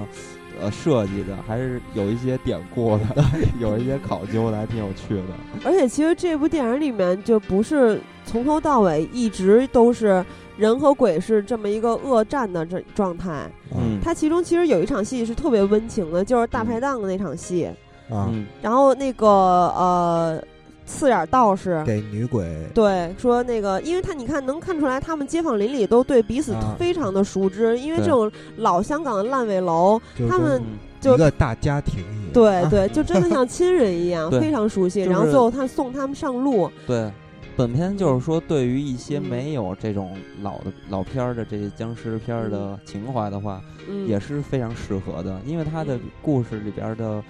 呃，设计的还是有一些典故的， 有一些考究的，还挺有趣的。啊而且其实这部电影里面就不是从头到尾一直都是人和鬼是这么一个恶战的这状态。嗯它其中其实有一场戏是特别温情的，就是大嗯排档的那场戏。啊，嗯然后那个呃，刺眼道士给女鬼对说那个，因为他你看能看出来，他们街坊邻里都对彼此啊非常的熟知，因为对这种老香港的烂尾楼，就是他们嗯跟就一个大家庭一样，对啊对，就真的像亲人一样，对非常熟就悉。是然后最后他送他们上路，对，本片就是说，对于一些嗯没有这种老的老片儿的这些僵尸片儿的情怀的话，嗯，也是非常适合的，因为它的嗯故事里边儿的，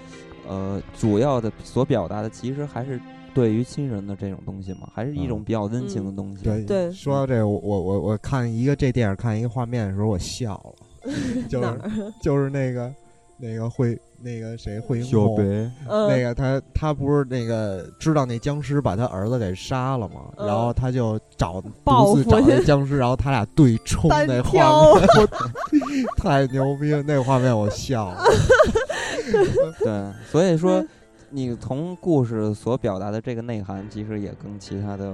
呃，主要的所表达的其实还是对于亲人的这种东西嘛，还是一种嗯比较温情的东西。对对说到这个，我我我我看一个这电影看一个画面的时候，我笑了， 就哪是儿？就是 那个那个惠那个谁惠英小红白，嗯，那个他他不是那个知道那僵尸把他儿子给杀了吗？嗯然后他就找报独自复找那去僵尸，然后他俩对冲单那画挑面， 我太牛逼了！那个画面我笑了。 对，所以 说。你从故事所表达的这个内涵，其实也跟其他的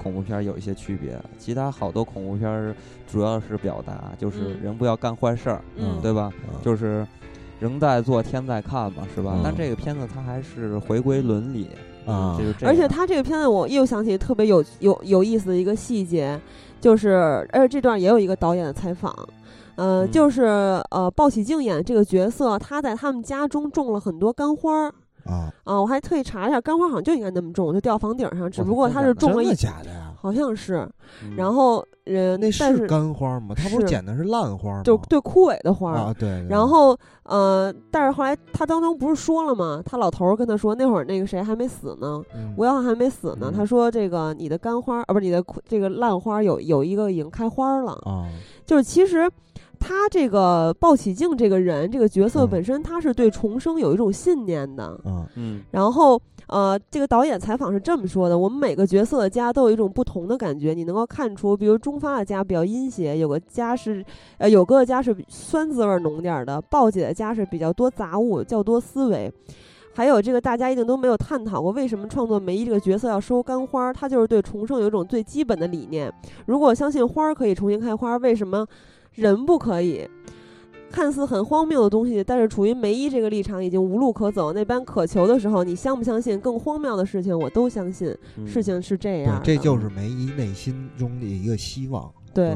恐怖片儿有一些区别。其他好多恐怖片儿主要是表达，就是嗯人不要干坏事儿，嗯对吧？ 就是人在做天在看嘛，是吧？嗯但这个片子它还是回归伦理啊就是这而且样他这个片子，我又想起特别有有有意思的一个细节，就是而且这段也有一个导演的采访，呃，嗯就是呃，鲍喜静演这个角色，他在他们家中种了很多干花儿啊，啊、我还特意查了一下，干花好像就应该那么种，就掉房顶上，只哇不过真他假是的种了真一的，假的呀？好像是，嗯然后呃，那但是干花吗？他不是是捡的是烂花吗？就对枯萎的花儿。啊，对。对然后，呃，但是后来他当中不是说了吗？他老头儿跟他说，那会儿那个谁还没死呢，嗯吴耀汉还没死呢，嗯他说这个你的干花儿啊，不是你的枯这个烂花儿有有一个已经开花儿了，啊，就是其实他这个鲍起静这个人这个角色嗯本身他是对重生有一种信念的。嗯嗯然后，呃，这个导演采访是这么说的：我们每个角色的家都有一种不同的感觉，你能够看出，比如中发的家比较阴邪，有个家是，呃，有哥的家是酸滋味浓点儿的，鲍姐的家是比较多杂物，较多思维。还有这个，大家一定都没有探讨过，为什么创作梅姨这个角色要收干花儿？她就是对重生有一种最基本的理念。如果相信花儿可以重新开花，为什么人不可以？看似很荒谬的东西，但是处于梅姨这个立场已经无路可走，那般渴求的时候，你相不相信？更荒谬的事情，我都相信。嗯事情是这对样的，，这就是梅姨内心中的一个希望。对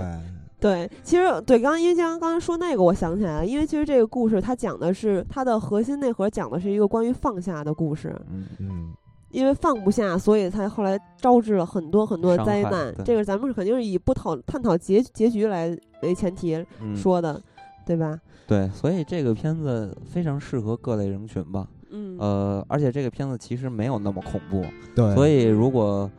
对，其实对，刚刚因为刚刚才说那个，我想起来了，因为其实这个故事它讲的是它的核心内核，讲的是一个关于放下的故事，嗯嗯，因为放不下，所以才后来招致了很多很多伤灾害难。对这个咱们是肯定是以不讨探讨结结局来为前提嗯说的，对吧？对，所以这个片子非常适合各类人群吧。嗯，呃，而且这个片子其实没有那么恐怖，对，所以如果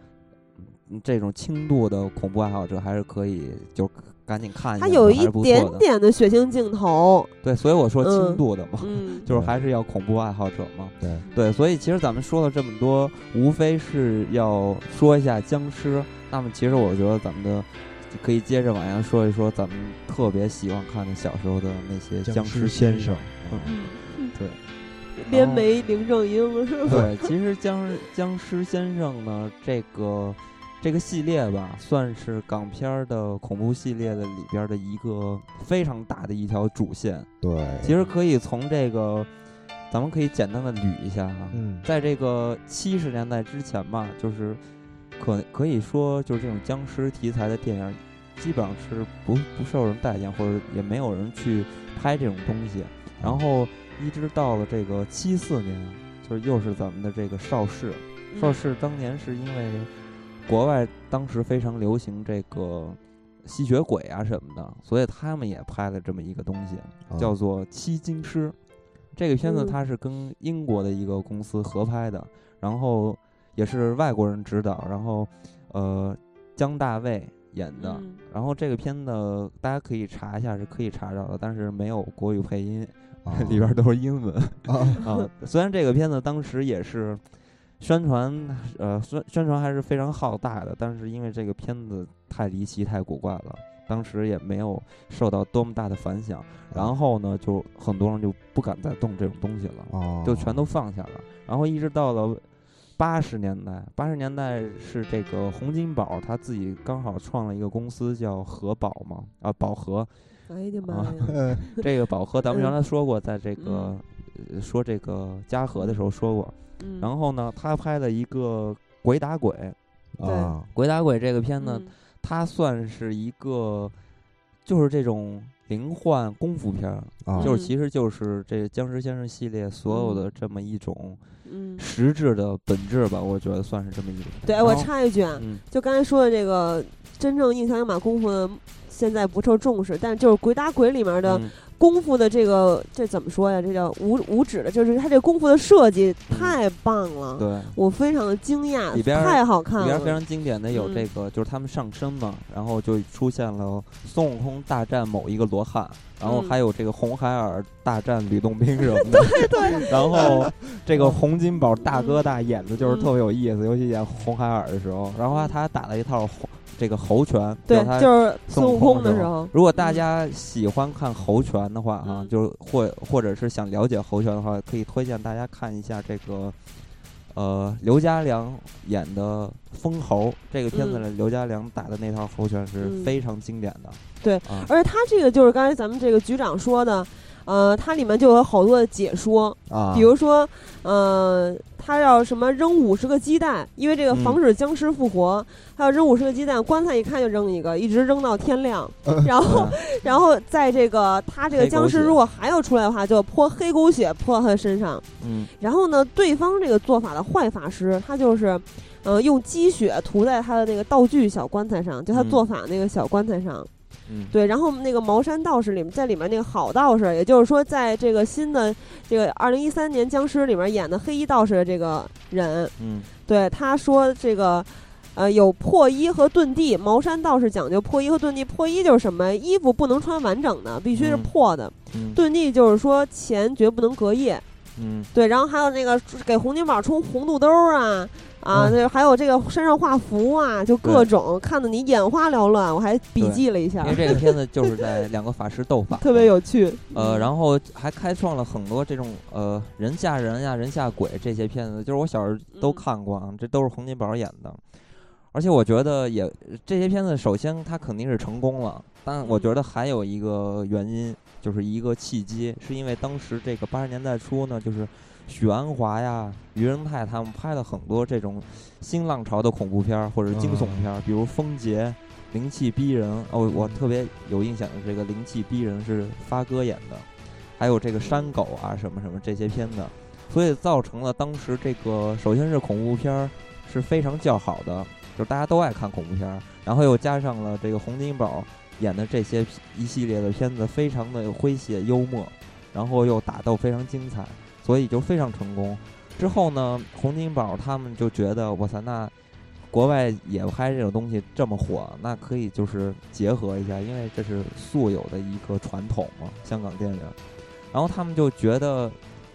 嗯这种轻度的恐怖爱好者还是可以就赶紧看一下它的，有还一是不点错的。点的血腥镜头，对，所以我说轻嗯度的嘛，嗯，就是还是要恐怖爱好者嘛。对对，所以其实咱们说了这么多，无非是要说一下僵尸。那么其实我觉得咱们的可以接着往下说一说咱们特别喜欢看的小时候的那些僵尸尸片先生，嗯对，连然后没林正英是吧？对，其实僵尸僵尸先生呢，这个这个系列吧，算是港片儿的恐怖系列的里边儿的一个非常大的一条主线。嗯对，其实可以从这个，咱们可以简单的捋一下哈、嗯在这个七十年代之前吧，就是可可以说就是这种僵尸题材的电影，基本上是不不受人待见，或者也没有人去拍这种东西。然后一直到了这个七四年，就是又是咱们的这个邵氏，嗯邵氏当年是因为国外当时非常流行这个吸血鬼啊什么的，所以他们也拍了这么一个东西。啊叫做《七金师》。这个片子嗯它是跟英国的一个公司合拍的，然后也是外国人指导，然后呃，江大卫、演的。嗯然后这个片子大家可以查一下，是可以查到的，但是没有国语配音，哦 啊里边都是英文啊，啊。虽然这个片子当时也是宣传，呃，宣宣传还是非常浩大的，但是因为这个片子太离奇、太古怪了，当时也没有受到多么大的反响。然后呢，就很多人就不敢再动这种东西了。啊，就全都放下了。然后一直到了八十年代，八十年代是这个洪金宝他自己刚好创了一个公司叫和宝嘛，啊，宝和。哎呀妈啊呀，呃 这个宝和咱们原嗯来说过，在这个、呃说这个嘉禾的时候说过。嗯，然后呢，他拍了一个《鬼打鬼》，《对啊，鬼打鬼》这个片呢，嗯它算是一个就是这种灵幻功夫片儿，啊就是嗯其实就是这《僵尸先生》系列所有的这么一种。嗯，实质的本质吧，我觉得算是这么一个。对然我后插一句啊，嗯，就刚才说的这个真正印象里马功夫的。现在不受重视，但就是《鬼打鬼》里面的嗯功夫的这个，这怎么说呀？这叫无无指的，就是他这功夫的设计太棒了，对，我非常的惊讶，里边儿太好看里了，边非常经典的有嗯这个，就是他们上身嘛，然后就出现了孙悟空大战某一个罗汉，然后嗯还有这个红孩儿大战吕洞宾什么的。对对。然 后这个洪金宝大哥大演的就是嗯特别有意思，尤其演红孩儿的时候，然后他嗯他打了一套猴这个猴拳，对叫他，就是孙孙悟悟空空的的时时候，如果大家喜欢看猴拳的话啊，嗯就是或或者是想了解猴拳的话，可以推荐大家看一下这个，呃，刘家良演的《封侯》这个片子里，刘家良打的那套猴拳是嗯非常经典的。对啊，而且他这个就是刚才咱们这个局长说的，呃，它里面就有好多的解说，啊，比如说，呃，他要什么扔五十个鸡蛋，因为这个防止僵尸复活，还有扔五十个鸡蛋，棺材一开就扔一个，一直扔到天亮，然后，然后在这个他这个黑狗僵尸血如果还要出来的话，就泼黑狗血泼到他身上，嗯然后呢，对方这个做法的坏法师，他就是，呃，用积雪涂在他的那个道具小棺材上，就他嗯做法那个小棺材上。嗯，对，然后那个茅山道士里面，在里面那个好道士，也就是说，在这个新的这个二零一三年僵尸里面演的黑衣道士的这个人，嗯对他说这个。呃，有破衣和遁地，茅山道士讲究破衣和遁地。破衣就是什么？衣服不能穿完整的，必须是嗯破的。嗯遁地就是说钱绝不能隔夜，嗯对，然后还有那个给洪金宝充红肚兜儿啊啊，嗯对，还有这个身上画符啊，就各对种看得你眼花缭乱。我还笔对记了一下，因为，这个片子就是在两个法师斗法特别。有趣。呃，后然后还开创了很多这种呃人吓人呀、人吓鬼这些片子，就是我小时候都嗯看过啊，这都是洪金宝演的。而且我觉得也这些片子，首先它肯定是成功了，但我觉嗯得还有一个原因，就是一个契机，是因为当时这个八十年代初呢，就是许鞍华呀、于仁泰他们拍了很多这种新浪潮的恐怖片儿或者惊悚片儿，比如《风劫》《灵气逼人》哦，我特别有印象的这个《灵气逼人》是发哥演的，还有这个《山狗》啊什么什么这些片子，所以造成了当时这个首先是恐怖片儿是非常较好的，就是大家都爱看恐怖片儿，然后又加上了这个洪金宝演的这些一系列的片子，非常的诙谐幽默，然后又打斗非常精彩，所以就非常成功。之后呢，洪金宝他们就觉得，哇塞，那国外也拍这种东西这么火，那可以就是结合一下，因为这是素有的一个传统嘛，香港电影。然后他们就觉得，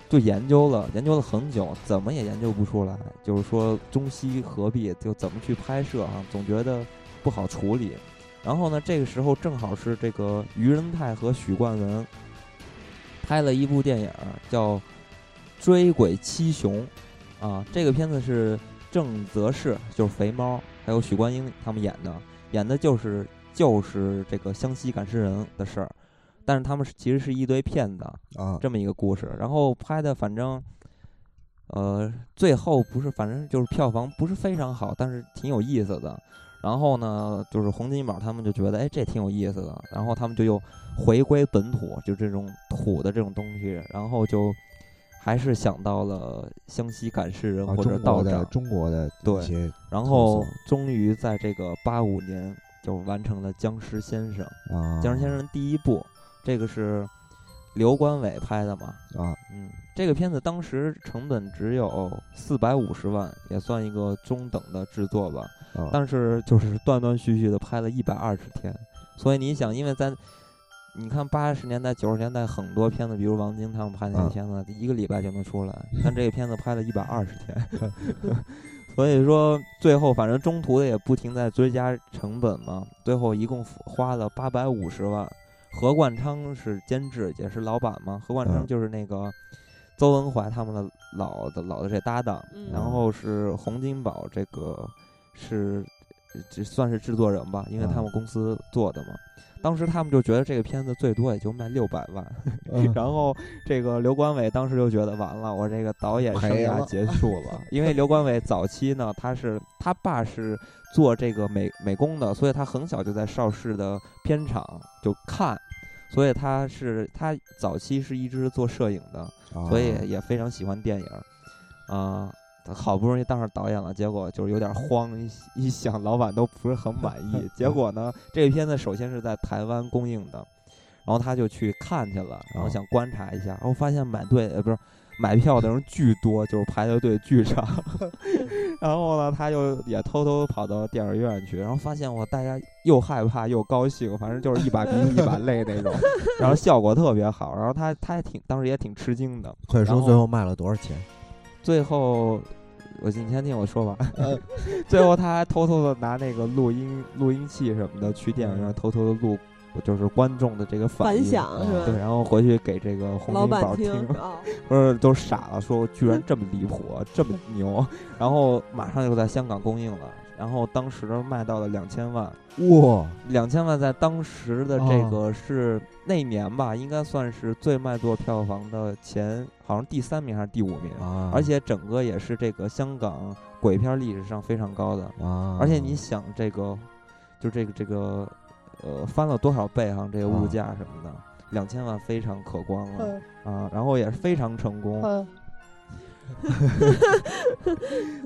就研究了，研究了很久，怎么也研究不出来，就是说中西合璧，就怎么去拍摄啊，总觉得不好处理。然后呢，这个时候正好是这个于仁泰和许冠文拍了一部电影儿叫《追鬼七雄》，啊，这个片子是郑则仕，就是肥猫，还有许冠英他们演的，演的就是就是这个湘西赶尸人的事儿，但是他们是其实是一堆骗子，啊，这么一个故事。然后拍的反正，呃，最后不是，反正就是票房不是非常好，但是挺有意思的。然后呢，就是洪金宝他们就觉得，哎，这挺有意思的。然后他们就又回归本土，就这种土的这种东西。然后就还是想到了湘西赶尸人啊或者中道国的长，中国的对一些然特后色终于在这个八五年就完成了《僵尸先生》。啊， 《僵尸先生》第一部，这个是刘关伟拍的嘛？啊，嗯，这个片子当时成本只有四百五十万，也算一个中等的制作吧。啊但是就是断断续续的拍了一百二十天，所以你想，因为咱你看八十年代、九十年代很多片子，比如王晶他们拍那些片嗯子，一个礼拜就能出来，但这个片子拍了一百二十 天，所以说最后反正中途也不停在追加成本嘛，最后一共花了八百五十万。何冠昌是监制，也是老板嘛。何冠昌嗯就是那个邹文怀他们的老的老的这搭档，嗯然后是洪金宝这个是呃这算是制作人吧，因为嗯他们公司做的嘛。当时他们就觉得这个片子最多也就卖六百万，嗯 然后这个刘关伟当时就觉得完了，我这个导演生赔涯了结束了。因为刘关伟早期呢，他是他爸是做这个美美工的，所以他很小就在邵氏的片场就看，所以他是他早期是一直是做摄影的，啊。所以也非常喜欢电影，啊、他好不容易当上导演了，结果就是有点慌，一一想老板都不是很满意结果呢，这个片子首先是在台湾公映的，然后他就去看去了，然后哦想观察一下，然后发现买对呃不是买票的人巨多，就是排的队巨长。 然后呢，他又也偷偷跑到电影院去，然后发现我大家又害怕又高兴，反正就是一把鼻涕一 把泪那种，然后效果特别好。然后他他也挺当时也挺吃惊的，快然说后最后卖了多少钱？最后，我你先听我说完。呃 最后他还偷偷的拿那个录音录音器什么的去电影院偷偷的录，就是观众的这个反嗯反应。响嗯是对，吧？然后回去给这个洪老金宝板听，啊， 不是都傻了，说居然这么离谱，啊 这么牛，然后马上就在香港公映了，然后当时卖到了两千万，哇，两千万在当时的这哦个是那年吧，应该算是最卖座票房的前，好像第三名还是第五名啊而且整个也是这个香港鬼片历史上非常高的。啊，而且你想，这个就这个这个呃翻了多少倍哈、这个物啊价什么的，两千万非常可观了啊，然后也是非常成哦功。嗯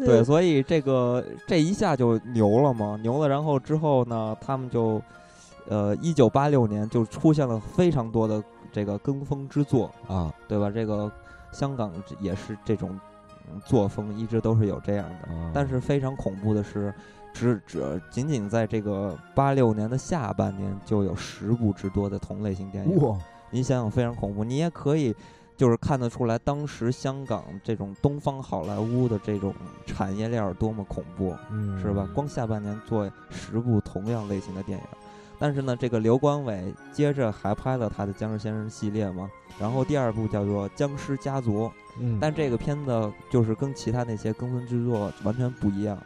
对，所以这个这一下就牛了嘛，牛了。然后之后呢，他们就呃，一九八六年就出现了非常多的这个跟风之作，啊对吧？这个香港这也是这种嗯作风，一直都是有这样的。啊，但是非常恐怖的是，只只仅仅在这个八六年的下半年就有十部之多的同类型电影。哇，你想想，非常恐怖。你也可以就是看得出来，当时香港这种东方好莱坞的这种产业链儿多么恐怖。嗯是吧？光下半年做十部同样类型的电影，但是呢，这个刘关伟接着还拍了他的《僵尸先生》系列嘛，然后第二部叫做《僵尸家族》，嗯但这个片子就是跟其他那些跟风之作完全不一样，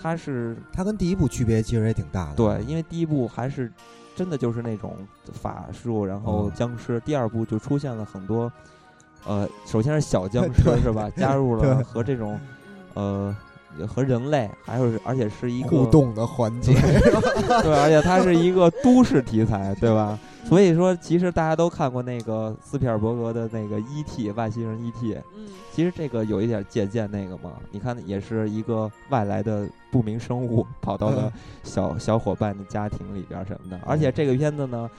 它是它跟第一部区别其实也挺大的。对，因为第一部还是真的就是那种法术，然后嗯僵尸，第二部就出现了很多，呃，首先是小 僵尸对是吧？加入 对了和这种呃和人类，还有是而且是一个互动的环节， 对，而且它是一个都市题材，对吧？所以说，其实大家都看过那个斯皮尔伯格的那个《E.T.》外星人 E E.T.，嗯其实这个有一点借鉴那个嘛。你看，也是一个外来的不明生物跑到了嗯小小伙伴的家庭里边儿什么的。而且这个片子呢，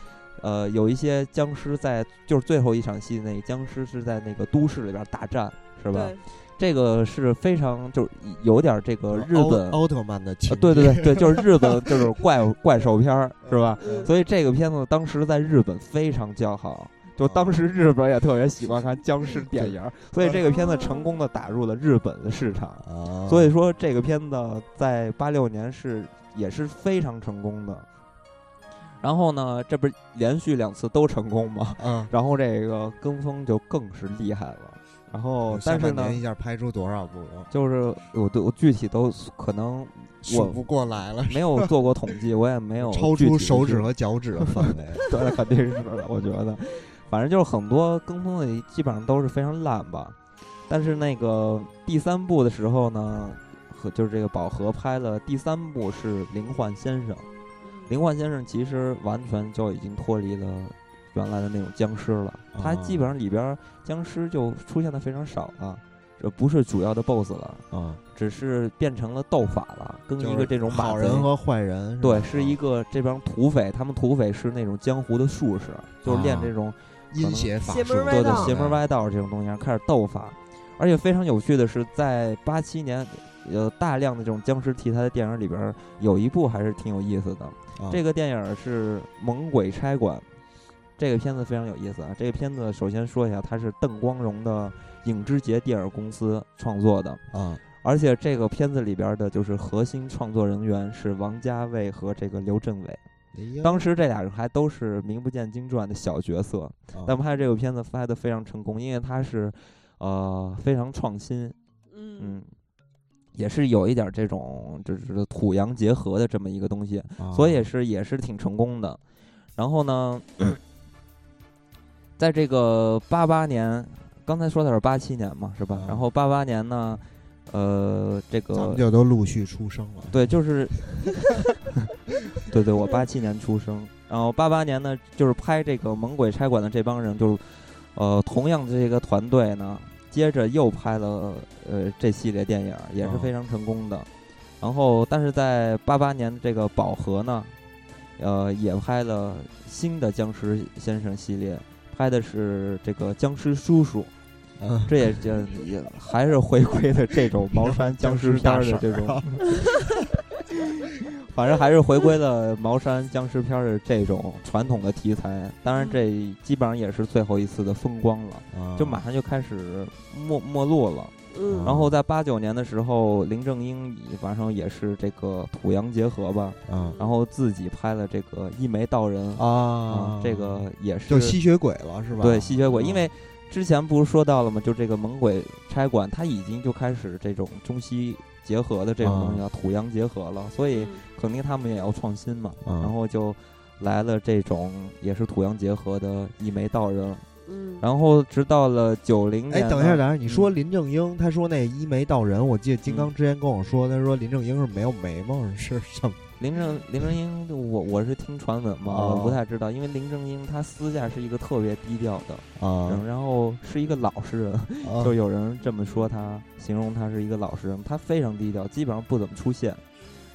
呃，有一些僵尸在，就是最后一场戏那个僵尸是在那个都市里边儿大战，是吧？对，这个是非常就是有点儿这个日奥本嗯呃奥特曼的哦情啊，对节对对对，就是日本就是怪物怪兽片儿，是吧？嗯所以这个片子当时在日本非常叫好，就哦当时日本也特别喜欢看僵尸电影儿，所以这个片子成功的打入了日本的市场。啊，所以说这个片子在八六年是也是非常成功的。然后呢，这不是连续两次都成功吗？ 啊，然后这个跟风就更是厉害了。然后，哦但是下半呢年，一下拍出多少部，就是我对我具体都可能数不过来了，没 有做过统计，我也没有超具体出的手去指和脚趾的范围。 对，肯定是的，我觉得，反正就是很多跟风的基本上都是非常烂吧。但是那个第三部的时候呢，和就是这个宝盒拍了第三部是《灵幻先生》，《灵幻先生》其实完全就已经脱离了原来的那种僵尸了，它哦基本上里边儿僵尸就出现的非常少了，这不是主要的 BOSS 了，啊，只是变成了斗法了，跟嗯就一是个这种马好贼人和坏人，吧对，是一个这帮土匪，他们土匪是那种江湖的术士，就是练啊这种阴邪法邪术，门歪对道对，邪门歪道这种东西，然后开始斗法。而且非常有趣的是，在八七年，有大量的这种僵尸题材的电影里边儿，有一部还是挺有意思的。啊这个电影是《猛鬼差馆》，这个片子非常有意思啊。这个片子首先说一下，它是邓光荣的影之杰电影公司创作的，啊而且这个片子里边的就是核心创作人员是王家卫和这个刘镇伟。哎呀当时这俩人还都是名不见经传的小角色，啊但拍这个片子拍的非常成功，因为它是呃非常创新，嗯嗯，也是有一点儿这种就是土洋结合的这么一个东西，啊所以是也是挺成功的。然后 呢，在这个八八年，刚才说的是八七年嘛，是吧啊？然后八八年呢，呃，这咱们个就都陆续出生了，对，就是，对对，我八七年出生，然后八八年呢，就是拍这个《猛鬼差馆》的这帮人，就是呃，同样的这个团队呢，接着又拍了呃这系列电影，也是哦非常成功的。然后，但是在八八年的这个宝盒呢，呃，也拍了新的僵尸先生系列，拍的是这个僵尸叔叔，嗯，这也这也还是回归的这种茅山僵尸片儿的这 种，反正还是回归了茅山僵尸片儿的这种传统的题材。当然，这基本上也是最后一次的风光了，啊就马上就开始没没落了。嗯，然后在八九年的时候，林正英也反正也是这个土洋结合吧，啊然后自己拍了这个《一眉道人》啊嗯，这个也是就吸血鬼了是吧？对，吸血鬼，因啊为之前不是说到了吗？就这个猛鬼差馆，它已经就开始这种中西结合的这种东西了，土洋结合了，所以嗯肯定他们也要创新嘛。嗯然后就来了这种也是土洋结合的一眉道人，嗯，后然后直到了九零哎年，呢，等一下，等一下，你嗯说林正英，他说那一眉道人，我记得金刚之前跟我说，他说林正英是没有眉毛，是什么？林正林正英，我我是听传闻嘛，哦我不太知道，因为林正英他私下是一个特别低调的，啊人，然后是一个老实人。啊就有人这么说他，形容他是一个老实人，他非常低调，基本上不怎么出现，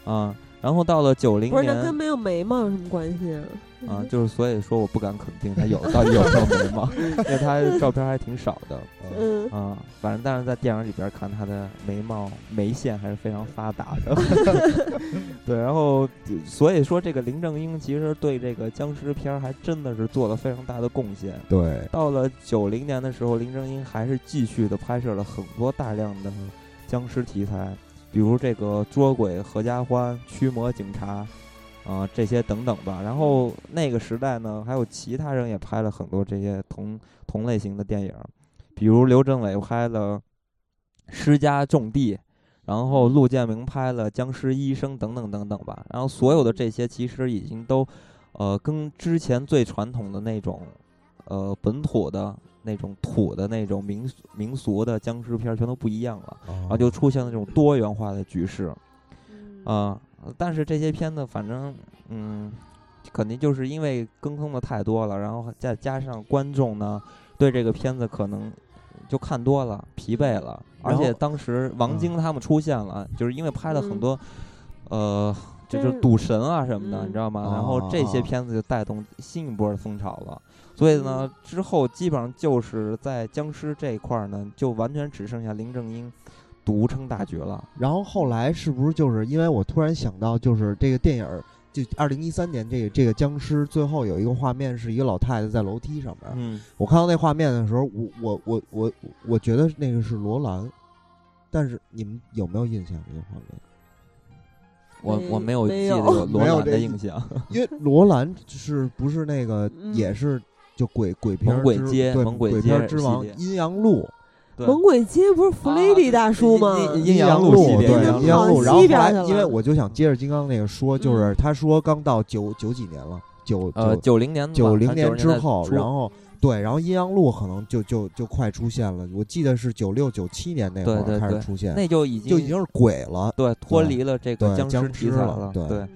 啊，然后到了九零不是那跟年没有眉毛有什么关系啊？啊，就是所以说我不敢肯定他有到底有没有眉 毛，因为他照片还挺少的啊嗯，啊，反正但是在电影里边看他的眉毛眉线还是非常发达的，对，然后就所以说这个林正英其实对这个僵尸片儿还真的是做了非常大的贡献，对，到了九零年的时候，林正英还是继续的拍摄了很多大量的僵尸题材，比如这个捉鬼、合家欢、驱魔警察，啊、这些等等吧。然后那个时代呢，还有其他人也拍了很多这些同同类型的电影，比如刘镇伟拍了《施家种地》。然后陆建明拍了《僵尸医生》等等等等吧，然后所有的这些其实已经都，呃，跟之前最传统的那种呃本土的那种土的那种民俗民俗的僵尸片儿全都不一样了，然然啊后就出现了这种多元化的局势嗯啊、但是这些片子反正嗯，肯定就是因为更坑的太多了，然后再加上观众呢对这个片子可能。就看多了，疲惫了，嗯而然后嗯且当时王晶他们出现了，就是因为拍了很嗯多，呃，这就但是是赌神啊什么的，嗯你知道吗？哦然后这些片子就带动新一波的风潮了。所以呢，之后基本上就是在僵尸这一块儿呢，就完全只剩下林正英独撑大局了。啊然后后来是不是就是因为我突然想到，就是这个电影儿，就二零一三年这个这个僵尸最后有一个画面是一个老太太在楼梯上面，嗯，我看到那画面的时候，我我我我我觉得那个是罗兰，但是你们有没有印象这个画面？我没我没有没记有得有罗没有兰这的印象。 因为罗兰是不是那个嗯也是就鬼鬼片儿猛鬼之街对猛鬼片街儿之王系列阴阳路对，猛鬼街不是弗雷迪大叔吗？啊对阴阴阳路路系列对阴阴阳阳路，路然后哦后西边来去了嗯因为我就想接着金刚那个说，就是他说刚到九九几年了，九呃，九九零年吧九零90年之代后，初然后对，然后阴阳路可能就就就快出现了，我记得是九六九七年那会对儿对开始对出现，那就已经就已经是鬼了，对脱对离了这个对僵尸僵题尸材了对对，嗯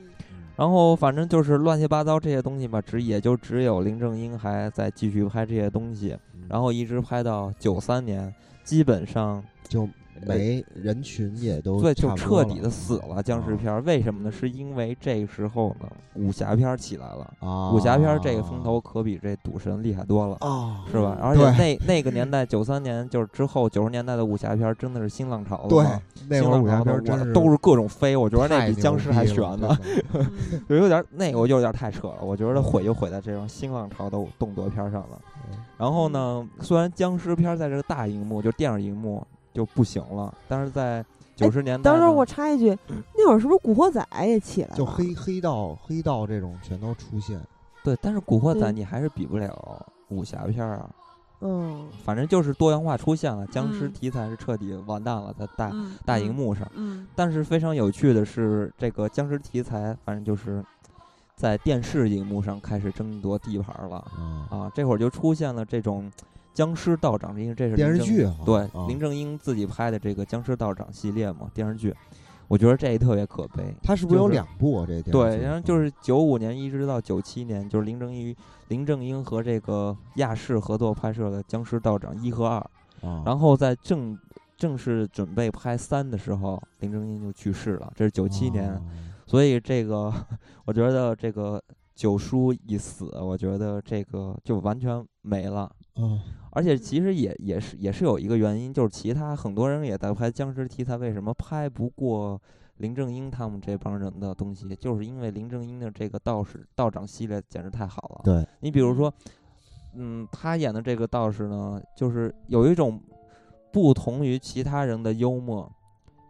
然后反正就是乱七八糟这些东西吧，只也就只有林正英还在继续拍这些东西，然后一直拍到九三年，基本上就没人群也都对，差就不彻多底了嗯的死了僵尸片儿。为什么呢？是因为这时候呢，武侠片儿起来了，啊！武侠片儿这个风头可比这赌神厉害多了。啊，是 吧？嗯而且对那那 个年代，九三年就是之后九十年代的武侠片儿真的是新浪潮了对嘛，那新会儿浪武侠潮片的儿真我是都是各种飞，我觉得那太比牛僵尸逼还了悬呢，，真的就有点那个我就有点太扯了。我觉得毁就毁在这种新浪潮的动作片儿上了。然后呢，嗯虽然僵尸片儿在这个大荧幕，就电影荧幕就不行了，但是哎在九十年代呢，等会儿我插一句，嗯那会儿是不是《古惑仔》也起来了？ 就黑黑道黑道这种全都出现，对，但是《古惑仔》嗯你还是比不了武侠片儿啊。嗯，反正就是多元化出现了，僵尸嗯题材是彻底完蛋了，在大嗯啊大荧，幕上。嗯但是非常有趣的是，这个僵尸题材，反正就是在电视荧幕上开始争夺地盘了啊，啊！这会儿就出现了这种僵尸道长，因为这是电林正视剧哈对啊林正英自己拍的这个僵尸道长系列嘛电视剧，我觉得这也特别可悲。它是不是有就是两部啊？这电视对，剧然后就。是九五年一直到九七年，就是林正英林正英和这个亚视合作拍摄的《僵尸道长》一和二，啊，然后在正正式准备拍三的时候，林正英就去世了，这是九七年，啊所以这个我觉得这个九叔一死，我觉得这个就完全没了。啊，而且其实也也是也是有一个原因，就是其他很多人也在拍僵尸题材，为什么拍不过林正英他们这帮人的东西？就是因为林正英的这个道士道长系列简直太好了。对，你比如说，嗯，他演的这个道士呢，就是有一种不同于其他人的幽默，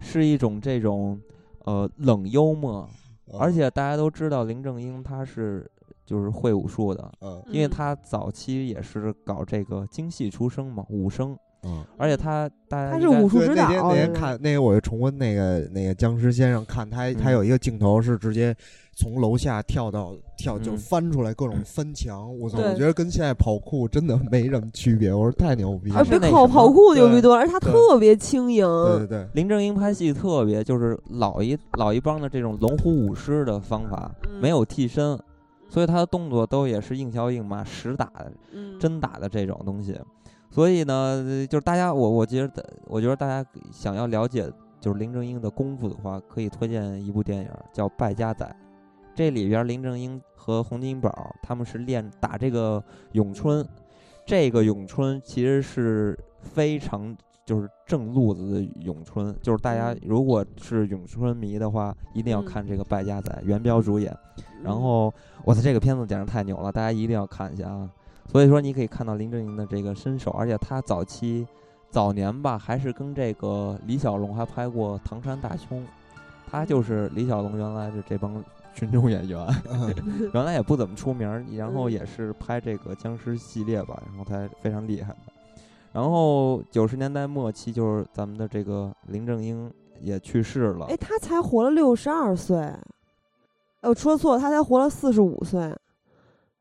是一种这种呃冷幽默，嗯而且大家都知道林正英他是就是会武术的，嗯因为嗯他早期也是搞这个京戏出身嘛，武生，嗯，而且他大家他应是该武术对指那天导啊那天是吧看那天我就重温那个那个僵尸先生看他他嗯有一个镜头是直接从楼下跳到跳就嗯翻出来各种翻墙，我操，对我觉得跟现在跑酷真的没什么区别，我说太牛逼啊，而了，且比是那跑什么跑酷牛逼对多了，而且他对特别轻盈，对对对，林正英拍戏特别就是老一老一帮的这种龙虎舞狮的方法，嗯没有替身，所以他的动作都也是硬桥硬马、实打的嗯真打的这种东西。所以呢，就是大家我我觉得我觉得大家想要了解就是林正英的功夫的话，可以推荐一部电影叫《败家仔》。这里边林正英和洪金宝他们是练打这个咏春，这个咏春其实是非常就是正路子的咏春，就是大家嗯如果是咏春迷的话，一定要嗯看这个《败家仔》，元彪主演。然后，我操，这个片子简直太牛了，大家一定要看一下啊！所以说，你可以看到林正英的这个身手，而且他早期早年吧，还是跟这个李小龙还拍过《唐山大兄》，他就是李小龙原来的这帮群众演员， 原来也不怎么出名儿，然后嗯也是拍这个僵尸系列吧，然后他非常厉害的。然后九十年代末期，就是咱们的这个林正英也去世了哎，，他才活了六十二岁，哎，我说错了，他才活了四十五岁。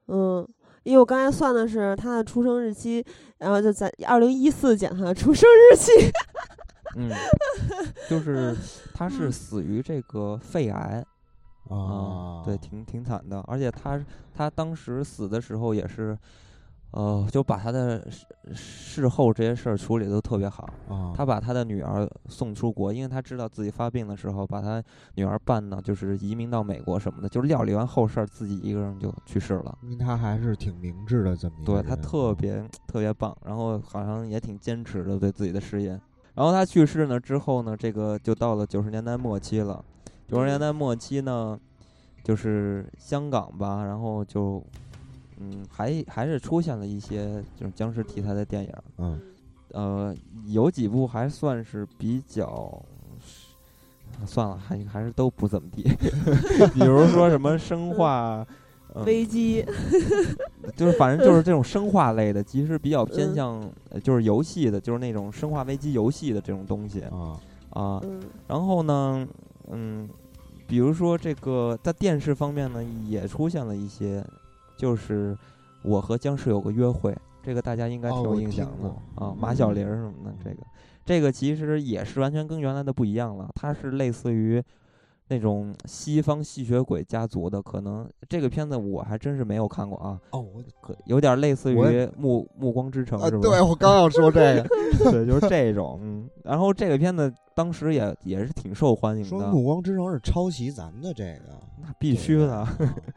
嗯，因为我刚才算的是他的出生日期，然后就在二零一四减他的出生日期。嗯，就是他是死于这个肺癌。哦啊，对，挺挺惨的。而且他他当时死的时候也是，呃，就把他的事事后这些事儿处理得特别好。啊，他把他的女儿送出国，因为他知道自己发病的时候，把他女儿办呢，就是移民到美国什么的，就料理完后事儿，自己一个人就去世了。因为他还是挺明智的这么一个对人，他特别特别棒，然后好像也挺坚持的对自己的事业。然后他去世呢之后呢，这个就到了九十年代末期了。九十年代末期呢，就是香港吧，然后就嗯，还还是出现了一些这种僵尸题材的电影儿，嗯呃，有几部还算是比较。算了，还还是都不怎么地。 比如说什么生化， 嗯危机，就是反正就是这种生化类的，其实比较偏嗯向呃就是游戏的，就是那种生化危机游戏的这种东西啊啊。嗯，然后呢，嗯，比如说这个在电视方面呢，也出现了一些，就是我和僵尸有个约会，这个大家应该哦挺有我印象听的过啊，马小玲儿什么的，这个这个其实也是完全跟原来的不一样了，它是类似于那种西方吸血鬼家族的，可能这个片子我还真是没有看过啊，哦，我可有点类似于我也《暮暮光之城》啊，是吧？ 对我刚要说这个，对，就是这 种。嗯，然后这个片子当时也也是挺受欢迎说《的，暮光之城》是抄袭咱们的这个，啊那必须的。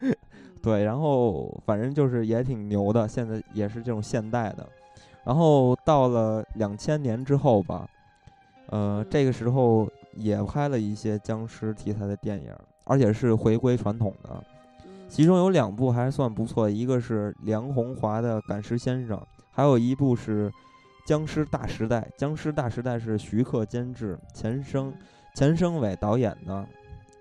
嗯 对，然后反正就是也挺牛的，现在也是这种现代的。然后到了两千年之后吧，呃嗯，这个时候也拍了一些僵尸题材的电影，而且是回归传统的。嗯其中有两部还算不错，一个是梁红华的《赶尸先生》，还有一部是《僵尸大时代》。《僵尸大时代》是徐克监制，钱生钱升伟导演的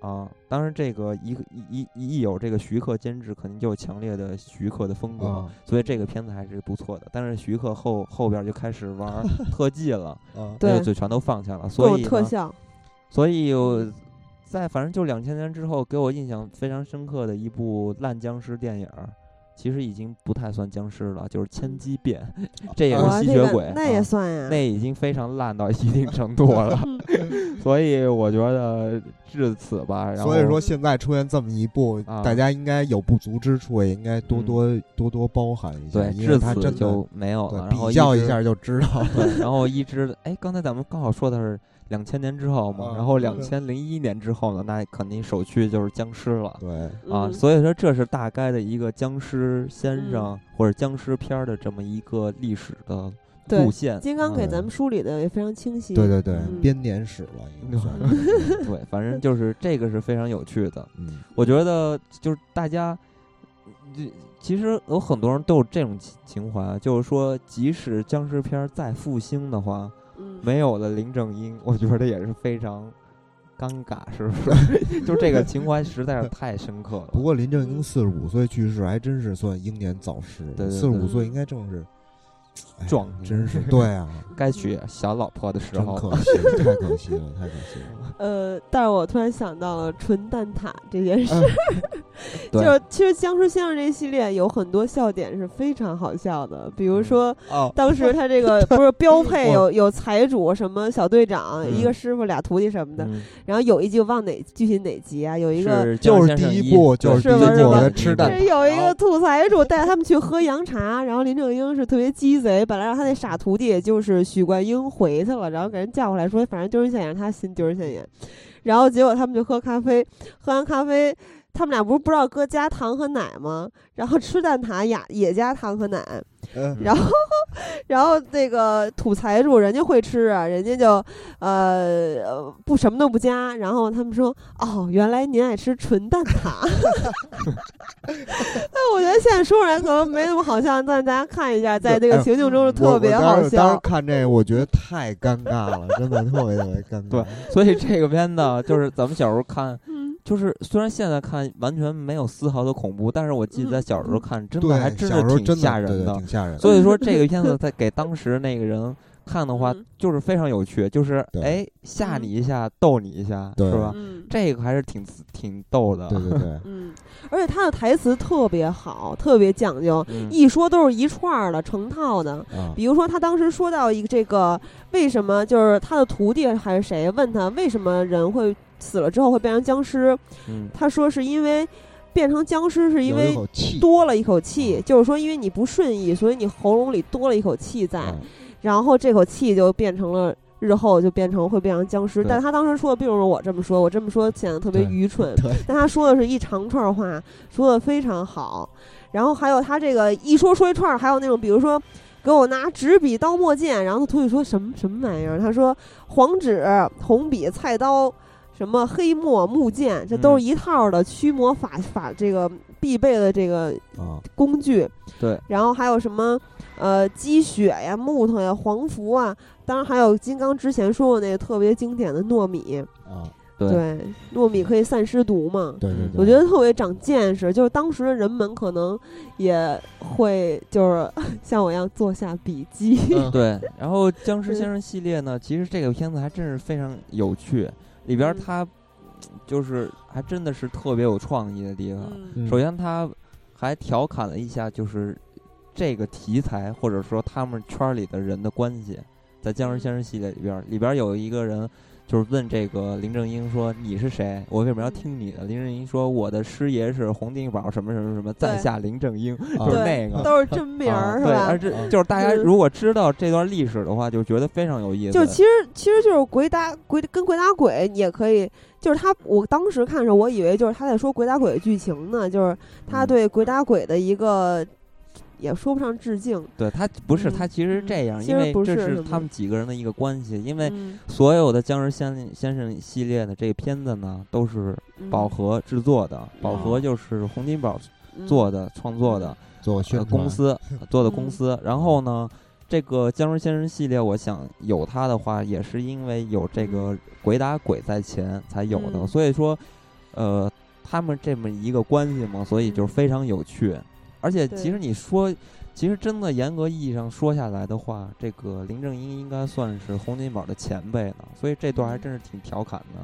啊。当然，这个一个一一一有这个徐克监制，肯定就有强烈的徐克的风格，啊所以这个片子还是不错的。但是徐克后后边就开始玩 儿特技了，啊，对那就全都放下了。各所种以特呢，效，啊所以我在反正就两千年之后，给我印象非常深刻的一部烂僵尸电影儿。其实已经不太算僵尸了，就是《千机变》，嗯这也啊是哇吸这血个鬼，那也啊算 呀，那已经非常烂到一定程度 了，所以我觉得至此吧。然后所以说现在出现这么一部，啊嗯大家应该有不足之处，也应该多多、多多包涵一下，对，因为至它此真的就没有了。对然后比较一一直下，就知道了。 对，然后一直哎，刚才咱们刚好说的是两千年之后嘛，啊然后对两千零一年之后呢，那肯定首屈就是僵尸了。对，啊，嗯所以说这是大概的一个僵尸先嗯生或者僵尸片儿的这么一个历史的对路线。金刚给嗯咱们梳理的也非常清晰，对对对，嗯编年史了，已经算 是。对，反正就是这个是非常有趣的。嗯，我觉得就是大家，这其实有很多人都有这种情情怀，啊就是说，即使僵尸片儿再复兴的话，嗯，没有了林正英， 我觉得也是非常尴尬，是不是？ 就这个情怀实在是太深刻了。不过林正英四十五岁去世，还真是算英年早逝对对。对四十五岁应该正是哎壮年 真是对啊，该娶小老婆的时真候可了，惜，太可惜了，太可惜 了。呃，但是我突然想到了纯蛋挞这件事，嗯 对就是其实《僵尸先生》这一系列有很多笑点是非常好笑的，比嗯如说哦，当 时他这个不是标配我有有财主什么小队长嗯一个师傅俩徒弟什么的，嗯然后有一集我忘哪具体哪集啊，有一个是就是江先生第一部就是第一部的的吃蛋是挞有一个土财主带他们去喝洋茶，然后林正英是特别鸡贼，本来让他那傻徒弟也就是许冠英回去了，然后给人叫回来说，反正丢人现眼，他心丢人现眼。然后结果他们就喝咖啡，喝完咖啡，他们俩不是不知道搁加糖和奶吗？然后吃蛋挞也也加糖和奶，嗯然后，然后那个土财主人家会吃啊，人家就呃呃不什么都不加，然后他们说哦，原来您爱吃纯蛋挞。 哎，我觉得现在说出来可能没那么好笑，但大家看一下，在这个情境中是哎我特别我好当时当时笑。看这个，我觉得太尴尬了，真的特别特别尴尬。对 所以这个片子啊就是咱们小时候看， 嗯，就是虽然现在看完全没有丝毫的恐怖，但是我记得在小时候看，真的嗯对，还真小时候是真挺吓对人对的。挺吓人的。 所以说这个片 子在给当时那个人看的话嗯，就是非常有趣，就是对哎吓你一下，逗你一下，对是吧？嗯这个还是挺刺挺逗的。对对 对，嗯，而且他的台词特别好，特别讲究，嗯一说都是一串儿的，成套的。啊，比如说，他当时说到一个这个为什么，就是他的徒弟还是谁问他为什么人会死了之后会变成僵尸，嗯他说是因为变成僵尸是因有一为口气 多了一口气，就是说因为你不顺意，所以你喉咙里多了一口气在，啊然后这口气就变成了。日后就变成会变成僵尸，对但他当时说的并不是我这么说，我这么说显得特别对愚蠢。 对但他说的是一长串话，说的非常好。然后还有他这个一说说一串儿，还有那种比如说给我拿纸笔刀墨剑，然后徒弟说什么什么玩意儿，他说黄纸、红笔、菜刀。什么黑墨木剑，这嗯都是一套的驱魔法法这个必备的这个啊，工具。对，然后还有什么呃积雪呀、木头呀、黄符啊，当然还有金刚之前说过那个特别经典的糯米，啊，对对，糯米可以散尸毒嘛。对对对，我觉得特别长见识，就是当时的人们可能也会就是 像我一样做下笔记。嗯对，然后《僵尸先生》系列呢，其实这个片子还真是非常有趣，里边儿嗯它就是还真的是特别有创意的地方。嗯首先，他还调侃了一下，就是这个题材或嗯者说他们圈儿里的人的关系，在《僵尸先生》系列里边儿，里边儿有一个人就是问这个林正英说你是谁？我为什么要听你的？林正英说我的师爷是洪定宝什么什么什么，对在下林正英，啊就是 对那个都是真名啊儿是嗯对，吧而？这嗯就是大家嗯如果知道这段历史的话，就觉得非常有意思。就其实其实就是鬼打鬼跟鬼打鬼也可以，就是他我当时看的时候，我以为就是他在说鬼打鬼的剧情呢，就是他嗯对鬼打鬼的一个也说不上致敬，对他不是嗯他其实这样，其因实为不这是什是么他们几个人的一个关系，因为嗯所有的《僵尸先生先生》系列的这个片子呢，都是嗯嗯宝和制作的，宝和就是洪金宝做的、创作的、做过宣呃、传公司做的公嗯司。然后呢，这个《僵尸先生》系列，我想有它的话，也是因为有这个鬼打鬼在前才有的，嗯所以说，呃，他们这么一个关系嘛，所以就是嗯非常有趣。而且对其实你说，其实真的严格意义上说下来的话，这个林正英应该算是洪金宝的前辈了，所以这段嗯还真是挺调侃的。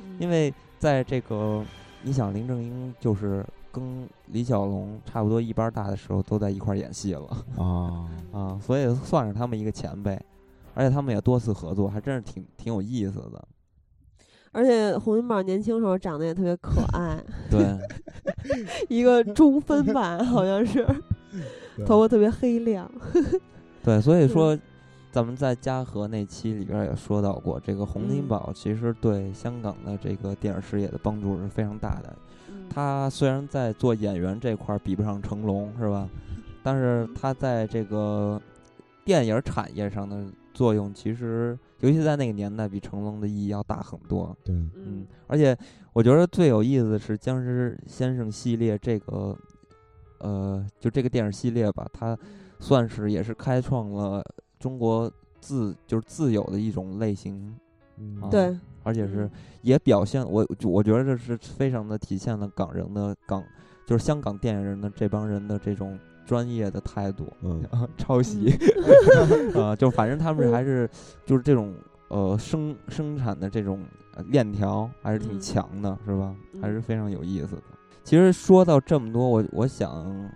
嗯因为为在这个，你想林正英就是跟李小龙差不多一般大的时候，都在一块儿演戏了啊，啊，所以算是他们一个前辈，而且他们也多次合作，还真是挺挺有意思的。而且洪金宝年轻时候长得也特别可爱， 对，一个中分吧，好像 是对头发特别黑亮，对，所以说，咱们在嘉禾那期里边儿也说到过，这个洪金嗯宝其实对香港的这个电影事业的帮助是非常大的。嗯他虽然在做演员这块儿比不上成龙，是吧？但是他在这个电影产业上的作用，其实尤其在那个年代，比成龙的意义要大很多。对，嗯嗯，而且我觉得最有意思的是《僵尸先生》系列这个，呃，就这个电影系列吧，它算是也是开创了中国自就是自有的一种类型，嗯啊对，而且嗯是也表现我我觉得这是非常的体现了港人的港就是香港电影人的这帮人的这种专业的态度嗯啊，抄袭 啊，就反正他们嗯还是就是这种呃生生产的这种呃链条还是挺嗯强的，是吧？还是嗯非常有意思的。其实说到这么多，我我想，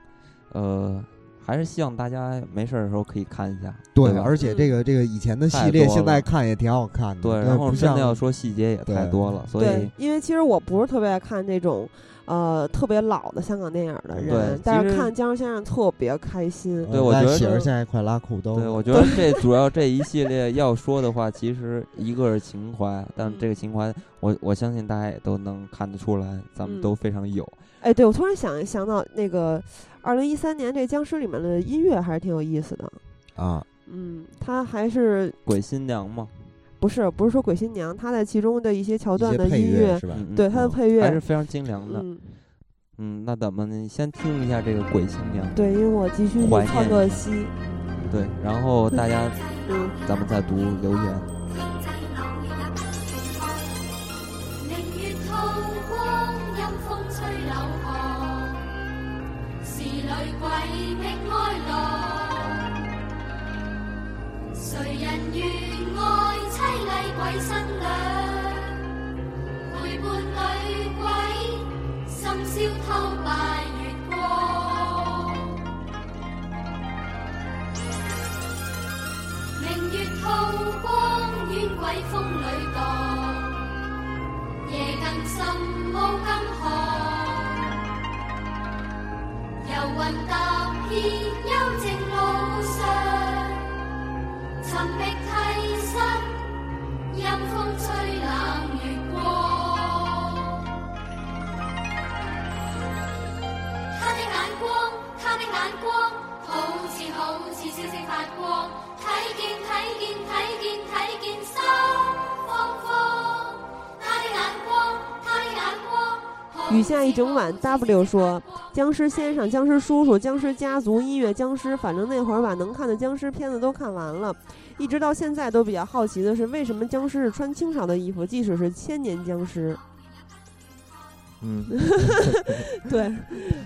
呃，还是希望大家没事儿的时候可以看一下，对对，吧而且这嗯个这个以前的系太列多现了在看也挺好看的，对，对，然后不真像的要说细节也对太多了，所呃对以，因为其实我不是特别爱看这种呃特别老的香港电影的嗯对人，但其是实看《僵尸先生》特别开心。对我觉得喜儿就现呃在快拉裤兜对，了，我觉得这主要这一系列要说的话，其实一个是情怀，但嗯这个情怀，我我相信大家也都能看得出来，咱们嗯都非常有。哎，对我突然想想到那个二零一三年这《僵尸》里面的音乐还是挺有意思的。啊，嗯，他还是鬼新娘嘛，不是不是说鬼新娘，他在其中的一些桥一段些的配音乐乐，是吧？嗯嗯对他的嗯配还是乐，非常精良的。嗯，嗯，那咱们先听一下这个鬼新娘，对，因为我急需去怀唱念个戏，对，然后大 家嗯。咱们再读留言。明月透光，阴風吹柳岸，是女鬼觅哀郎。誰人願愛凄厲鬼新娘？陪伴女鬼，深宵偷拜月光。明月透光，冤鬼風裏蕩。夜更深，霧更寒。遊魂踏遍幽靜路上，尋覓替身，陰風吹冷月光。他的眼光，他的眼光，好似好似星星發光，睇見睇見睇見睇見心慌慌。他的眼光，他的眼光。好似雨下一整晚，W 说：“僵尸先生、僵尸叔叔、僵尸家族、音乐僵尸，反正那会儿把能看的僵尸片子都看完了。一直到现在都比较好奇的是，为什么僵尸是穿清朝的衣服，即使是千年僵尸？嗯， 对，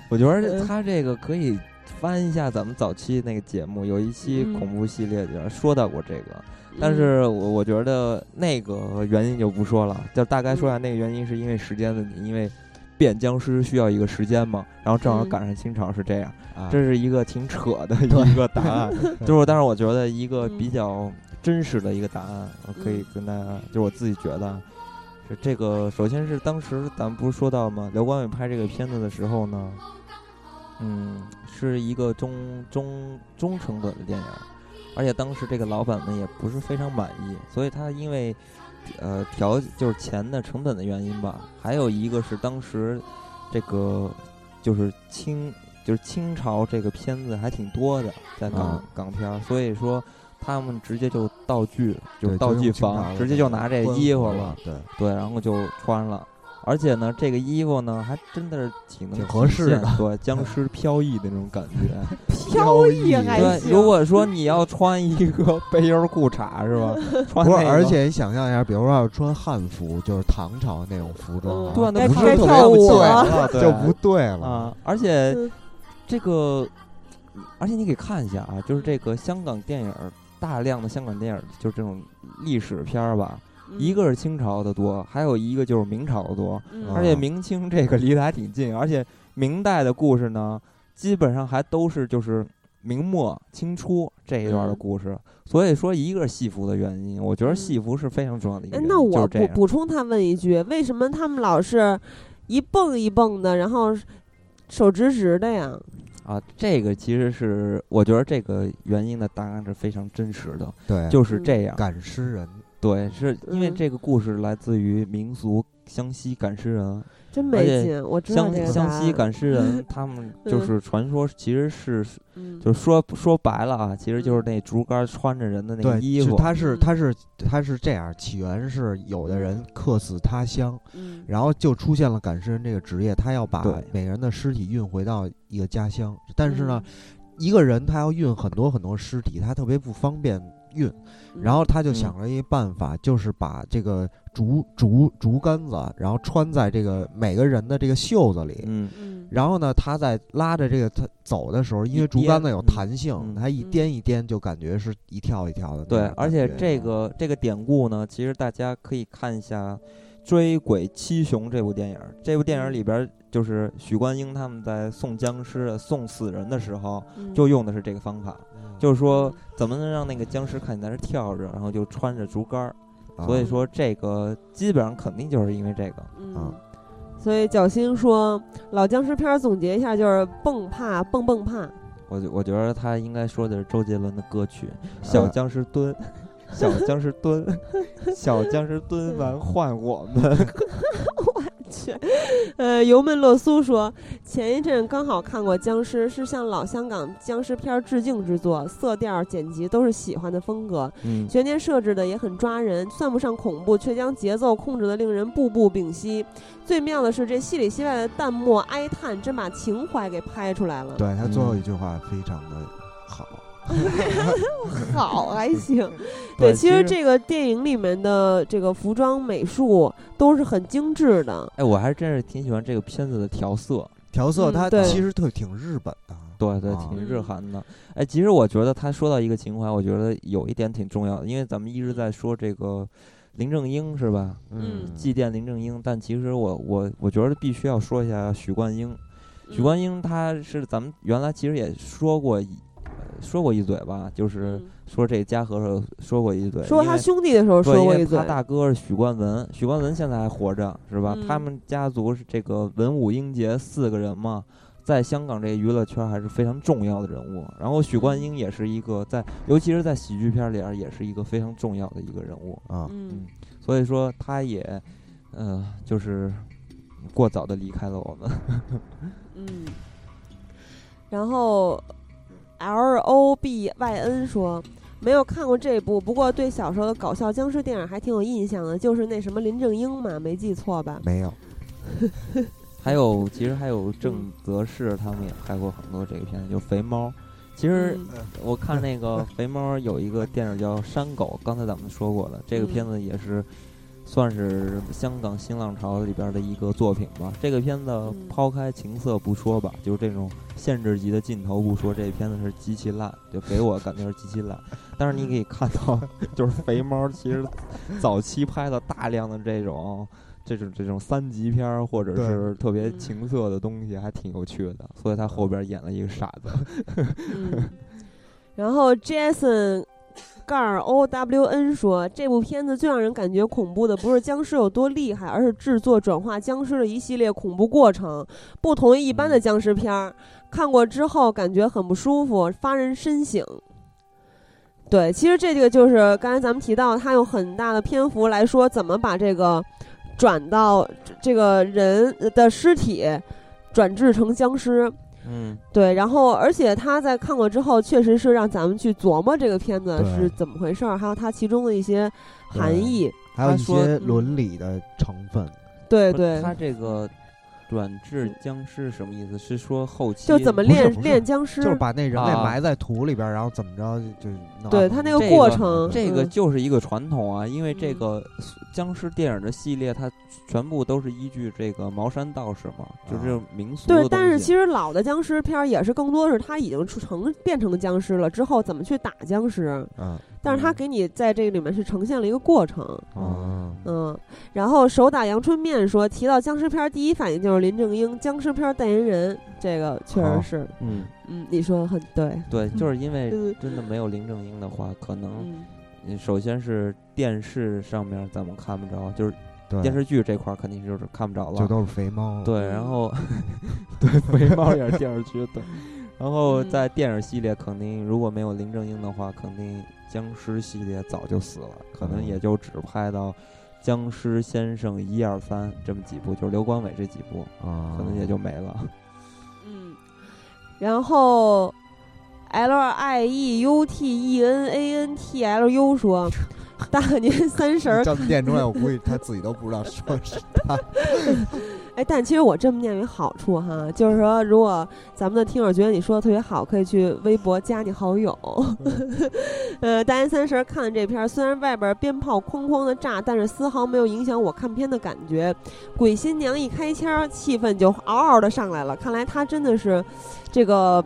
我觉得嗯他这个可以翻一下咱们早期那个节目，有一期嗯恐怖系列里边说到过这个， 但是我我觉得那个原因就不说了，就大概说一下那个原因是因为时间问题，因为变僵尸需要一个时间嘛，然后正好嗯赶上清朝是这样，啊这是一个挺扯的一个答案，就是但是我觉得一个嗯比较真实的一个答案，我可以跟大家，就是我自己觉得啊，是这个首先是当时咱们不是说到吗？刘光伟拍这个片子的时候呢，嗯，是一个中中中成本的电影，而且当时这个老板呢也不是非常满意，所以他因为呃调就是钱的成本的原因吧，还有一个是当时这个就是清就是清朝这个片子还挺多的，在港、啊港片儿，所以说他们直接就道具就对道具就用清朝房的直接就拿这官服衣服了，，对，对，然后就穿了。而且呢，这个衣服呢，还真的是挺能挺合体适的现 对僵尸飘逸的那种感觉。嗯飘逸还对，行如果说你要穿一个 背心儿裤衩是吧？ 穿不是，那个而且你想象一下，比如说要穿汉服，就是唐朝那种服装哦嗯啊，对，那该不是该特别跳舞对了对就不对了。啊，而且嗯这个，嗯而且你给看一下啊，就是这个香港电影儿，大量的香港电影儿就是这种历史片儿吧，一个是清朝的多，还有一个就是明朝的多，嗯而且明清这个离得还挺近，而且明代的故事呢，基本上还都是就是明末清初这一段的嗯故事。所以说，一个是戏服的原因，我觉得嗯戏服是非常重要的一个哎原因。那我就是这补样补充他问一句，为什么他们老是一蹦一蹦的，然后手直直的呀？啊，这个其实是我觉得这个原因的答案是非常真实的，对，就是嗯这样。赶尸人，对，是因为嗯这个故事来自于民俗湘西赶尸人，真而没且劲，我知道湘这个答嗯湘案西赶尸 人，他们就是传说，其实是嗯就说说白了啊，其实就是那竹竿穿着人的那个对，衣是服，他是嗯他是他是这样，起源是有的人客死他乡，嗯然后就出现了赶尸人这个职业，他要把对每个人的尸体运回到一个家乡，但是嗯呢，一个人他要运很多很多尸体，他特别不方便运，嗯，然后他就想了一办法，就是把这个竹竹竹竿子，然后穿在这个每个人的这个袖子里，嗯，嗯然后呢，他在拉着这个他走的时候，因为一竹竿子颠有嗯弹性，嗯他一嗯颠一颠就感觉是一跳一跳的那种对嗯感觉。，而且这个这个典故呢，其实大家可以看一下《追鬼七雄》这部电影儿。这部电影儿里边儿就是许冠英他们在送僵尸、送死人的时候，嗯就用的是这个方法，嗯就是说怎么能让那个僵尸看你在那儿跳着，然后就穿着竹竿儿。啊所以说这个基本上肯定就是因为这个。嗯啊。所以绞心说，老僵尸片儿总结一下就是蹦怕蹦蹦怕， 我觉我觉得他应该说的是周杰伦的歌曲《小呃僵尸蹲》，小僵尸蹲，小僵尸蹲完换我们。去，呃，油焖洛苏说，前一阵刚好看过《僵尸》，是向老香港僵尸片儿致敬之作，色调、剪辑都是喜欢的风格， 嗯，悬念设置的也很抓人，算不上恐怖，却将节奏控制的令人步步屏息。最妙的是这戏里戏外的淡漠哀叹，真把情怀给拍出来了。啊对他最后嗯一句话非常的好，好，还行。对其其实这个电影里面的这个服装美术都是很精致的。哎，我还真是挺喜欢这个片子的调色，调色嗯它对其实特挺日本的啊，对对，啊挺日韩的。哎，其实我觉得他说到一个情怀，我觉得有一点挺重要的，因为咱们一直在说这个林正英是吧？嗯祭奠林正英，但其实我我我觉得必须要说一下许冠英。嗯许冠英他是咱们原来其实也说过一。呃说过一嘴吧，就是嗯说这家和尚说过一嘴，说因他为兄弟的时候对，说因过为一嘴他，大哥是许冠文，许冠文现在还活着，是吧？他嗯们家族是这个文武英杰四个人嘛，在香港这个娱乐圈还是非常重要的人物。然后许冠嗯英也是一个在，尤其是在喜剧片里边儿也是一个非常重要的一个人物，啊，嗯，所以说他也，呃，就是过早的离开了我们。嗯，然后 L O B Y N 说。没有看过这部，不过对小时候的搞笑僵尸电影还挺有印象的，就是那什么林正英嘛，没记错吧？没有，还有，其实还有郑嗯则仕他们也拍过很多这个片子，就是《肥猫》。其实嗯我看那个肥猫有一个电影叫《山狗》，刚才咱们说过了，这个嗯片子也是算是香港新浪潮里边的一个作品吧。这个片子嗯抛开情色不说吧，就是这种限制级的镜头不说，这片子是极其烂，就给我感觉是极其烂。但是你 嗯可以看到，就是肥猫其实早期拍了大量的这种。这种这种三级片儿或者对是特别嗯情色的东西，还挺有趣的。所以他后边演了一个傻子，嗯， 然后 Jason 杠 O W N 说，这部片子最让人感觉恐怖的不是僵尸有多厉害，而是制作转化僵尸的一系列恐怖过程，不同于一般的僵尸片儿。看过之后感觉很不舒服，发人深省。对，其实这个就是刚才咱们提到，它有很大的篇幅来说怎么把这个转到这个人的尸体转制成僵尸。嗯，对，然后而且他在看过之后，确实是让咱们去琢磨这个片子对是怎么回事儿，还有它其中的一些含义。还有他一说嗯些伦理的成分。对对，嗯他这个转制僵尸是什么意思？是说后期就怎么不是练不是练僵尸就是，把那人类啊埋在土里边儿，然后怎么着就弄对他那这个过程，这个嗯就是一个传统啊，因为这嗯个僵尸电影的系列，它全部都是依据这个茅山道士嘛，就啊是民俗的东对，西。但是其实老的僵尸片儿也是更多是他已经成变成僵尸了之后怎么去打僵尸，嗯但是他嗯给你在这个里面是呈现了一个过程。嗯嗯，然后手打阳春面说，提到僵尸片儿，第一反应就是林正英，僵尸片儿代言人，这个确好实是，嗯，嗯，你说得很对。对，就是因为嗯真的没有林正英的话，可能嗯呃首先是电视上面咱们看不着，就是对，电视剧这块儿肯定就是看不着就了。都是肥猫。对，然 后对肥猫也是电视剧对，然后在电影系列肯定如果没有林正英的话，肯定僵尸系列早就死了，可能嗯也就只拍到《僵尸先生一二三》这么几部，就是刘光伟这几部，啊，可能也就没了。嗯，然后 L I E U T E N A N T L U 说， 大年三十儿，这么念出来，我估计他自己都不知道 说是他。哎，但其实我这么念有好处哈，就是说，如果咱们的听友觉得你说的特别好，可以去微博加你好友。嗯 呃，大年三十儿看了这片儿，虽然外边儿鞭炮哐哐的炸，但是丝毫没有影响我看片的感觉。鬼新娘一开腔儿，气氛就嗷嗷的上来了。看来他真的是这个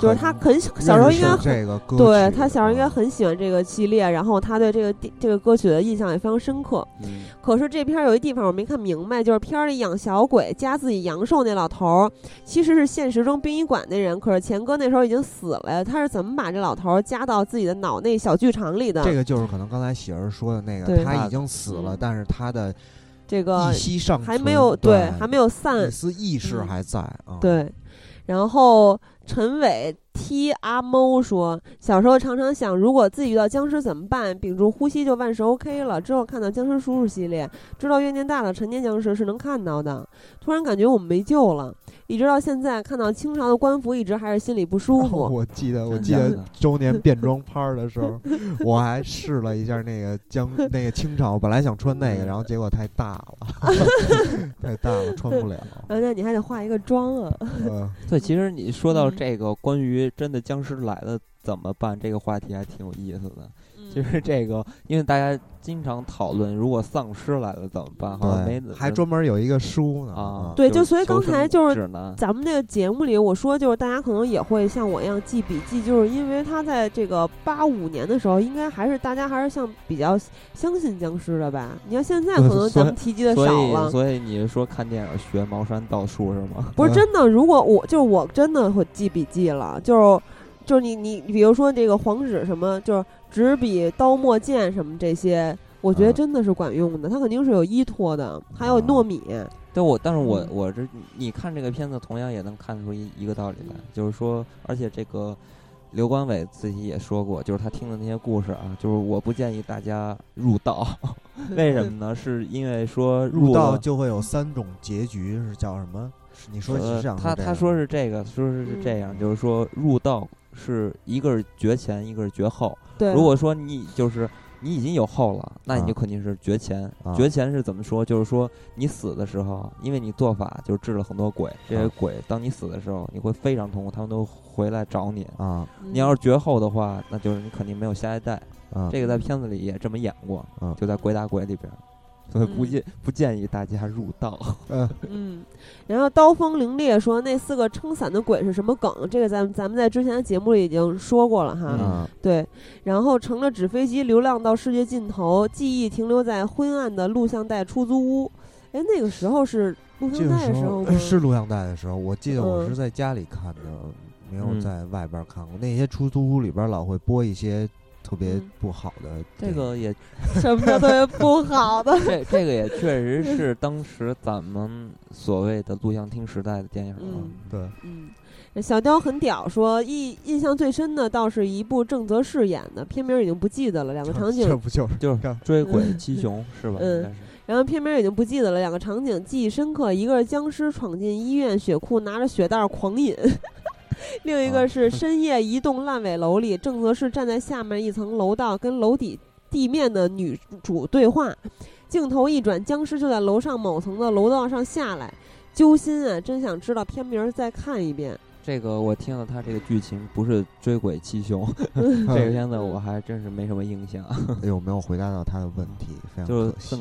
就是他很小小时候应该认识很。这个歌曲，对他小时候应该啊很喜欢这个系列，然后他对这个地这个歌曲的印象也非常深刻。嗯，可是这片儿有一地方我没看明白，就是片儿里养小鬼加自己阳寿那老头儿，其实是现实中殡仪馆那人，可是钱哥那时候已经死了呀，他是怎么把这老头儿加到自己的脑内小剧场里的？这个就是可能刚才喜儿说的那对个，他已经死了，嗯但是他的这个一息尚存还没有对，还没有散一，丝意识嗯还在啊。，对，然后陈伟踢阿猫说，小时候常常想，如果自己遇到僵尸怎么办？屏住呼吸就万事 OK 了。之后看到僵尸叔叔系列，知道越年大了，成年僵尸是能看到的。突然感觉我们没救了，一直到现在看到清朝的官服，一直还是心里不舒服。 哦我记得，我真记假得的周年变装趴儿的 时候，我还试了一下那个江那个清朝，本来想穿那个，然后结果太大了， 太大了穿不了。啊，那你还得化一个妆啊。 嗯，对，其实你说到嗯这个关于真的僵尸来了怎么办这个话题，还挺有意思的。其实这个，因为大家经常讨论，如果丧尸来了怎么办，好像没对，还专门有一个书呢啊，对就是就所以刚求生才就是指南，咱们这个节目里，我说就是大家可能也会像我一样记笔记，就是因为他在这个八五年的时候，应该还是大家还是像比较相信僵尸的吧。你要现在可能咱们提及的嗯所少以，嗯了，所以你说看电影学茅山道术是吗？不是真的。如果我就是我真的会记笔记了，就是就是你你比如说这个黄纸什么，就是纸笔、刀、墨、剑什么这些，我觉得嗯真的是管用的，它肯定是有依托的，还有啊糯米。 对我，但是我嗯我这你看这个片子，同样也能看出一一个道理来嗯，就是说，而且这个刘关伟自己也说过，就是他听的那些故事啊，就是我不建议大家入道， 为什么呢？是因为说入道了就会有三种结局，是叫什么？是你说你呃是想他这他样说吗是这个，说是是这样，嗯就是说入道是一个是绝前，一个是绝后。对，如果说你就是你已经有后了，那你嗯啊就肯定是绝前。啊绝前是怎么说？就是说你死的时候，因为你做法就治了很多鬼，这些啊鬼当你死的时候，你会非常痛苦，他们都回来找你。啊嗯你要是绝后的话，那就是你肯定没有下一代。啊，这个在片子里也这么演过啊，就在《鬼打鬼》里边。所以不嗯建不建议大家入道。嗯，嗯，然后刀锋凌冽说那四个撑伞的鬼是什么梗？这个咱们咱们在之前的节目里已经说过了哈。嗯啊对，然后乘着纸飞机流浪到世界尽头，记忆停留在昏暗的录像带出租屋。哎，那个时候是录这像个带的时时候候吗？ 呃是录像带的时候，我记得我嗯是在家里看的，没有嗯在外边看过。那些出租屋里边老会播一些特别嗯不好的这电影个也什么叫特别不好 的？这这个也确实是当时咱们所谓的录像厅时代的电影了嗯。对，嗯，小雕很屌说，印印象最深的倒是一部郑则仕演的，片名已经不记得了，两个场景 这不就是就是看追鬼七雄是吧？嗯应该是然后片名已经不记得了，两个场景记忆深刻，一个是僵尸闯进医院血库拿着血袋狂饮， 另一个是深夜一栋烂尾楼里，郑则仕站在下面一层楼道跟楼底地面的女主对话，镜头一转，僵尸就在楼上某层的楼道上下来，揪心啊！真想知道片名儿再看一遍。这个我听了他这个剧情不是追鬼七雄，嗯啊这个片子我还真是没什么印象。有哎没有回答到他的问题？非常就是可惜郑。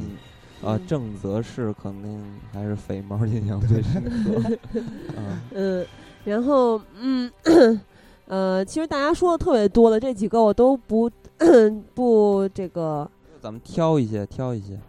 啊嗯，郑则仕肯定还是肥猫印象最深刻。嗯，嗯，然后嗯，呃，其实大家说的特别多的这几个我都不 不这个。咱们挑一些，挑一些。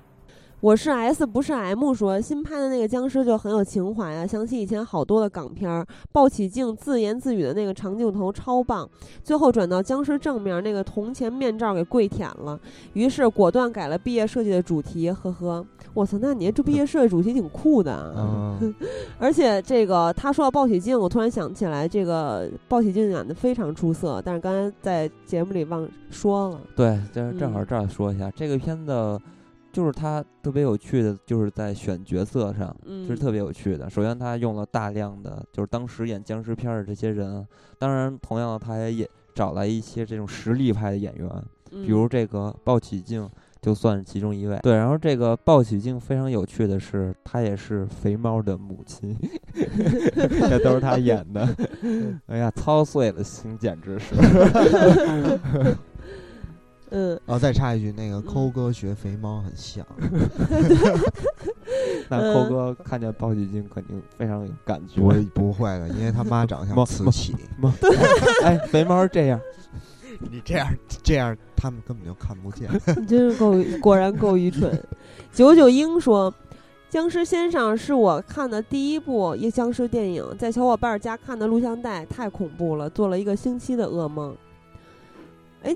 我是 S 不是 M 说，新拍的那个僵尸就很有情怀啊，想起以前好多的港片儿，鲍起静自言自语的那个长镜头超棒，最后转到僵尸正面那个铜钱面罩给跪舔了，于是果断改了毕业设计的主题，呵呵，我操，那你这毕业设计主题挺酷的啊，嗯，而且这个他说到鲍喜静，我突然想起来，这个鲍喜静演的非常出色，但是刚才在节目里忘说了。对，这正好嗯这儿说一下，这个片子就是它特别有趣的，就是在选角色上，嗯，是特别有趣的。首先，他用了大量的就是当时演僵尸片儿的这些人啊，当然，同样的，他也也找来一些这种实力派的演员，嗯，比如这个鲍起静就算是其中一位。对，然后这个鲍起静非常有趣的是，她也是肥猫的母亲， 这都是她演的。 哎呀，操碎了心，简直是。嗯，然后哦再插一句，那个嗯抠哥学肥猫很像， 那嗯抠哥看见鲍起静肯定非常有感觉。不不会的，因为他妈长相猫慈猫禧，哎，肥猫这 样， 你这样这样他们根本就看不见。 你真是够，果然够愚蠢。九九英说，《僵尸先生》是我看的第一部一僵尸电影，在小伙伴家看的录像带，太恐怖了，做了一个星期的噩梦。哎，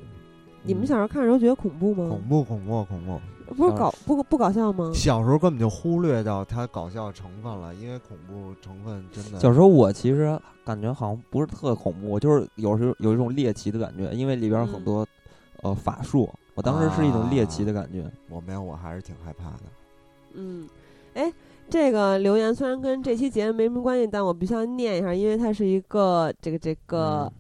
你们小时候看的时候觉得恐怖吗？嗯 恐怖恐怖恐怖！啊不是搞不不搞笑吗？小时候根本就忽略到它搞笑成分了，因为恐怖成分真的小时候我其实感觉好像不是特恐怖，我就是有时候有一种猎奇的感觉，因为里边儿很嗯多、呃法术，我当时是一种猎奇的感觉。我没有，我还是挺害怕的。嗯，哎，这个留言虽然跟这期节目没什么关系，但我必须要念一下，因为它是一个这个这个、OK。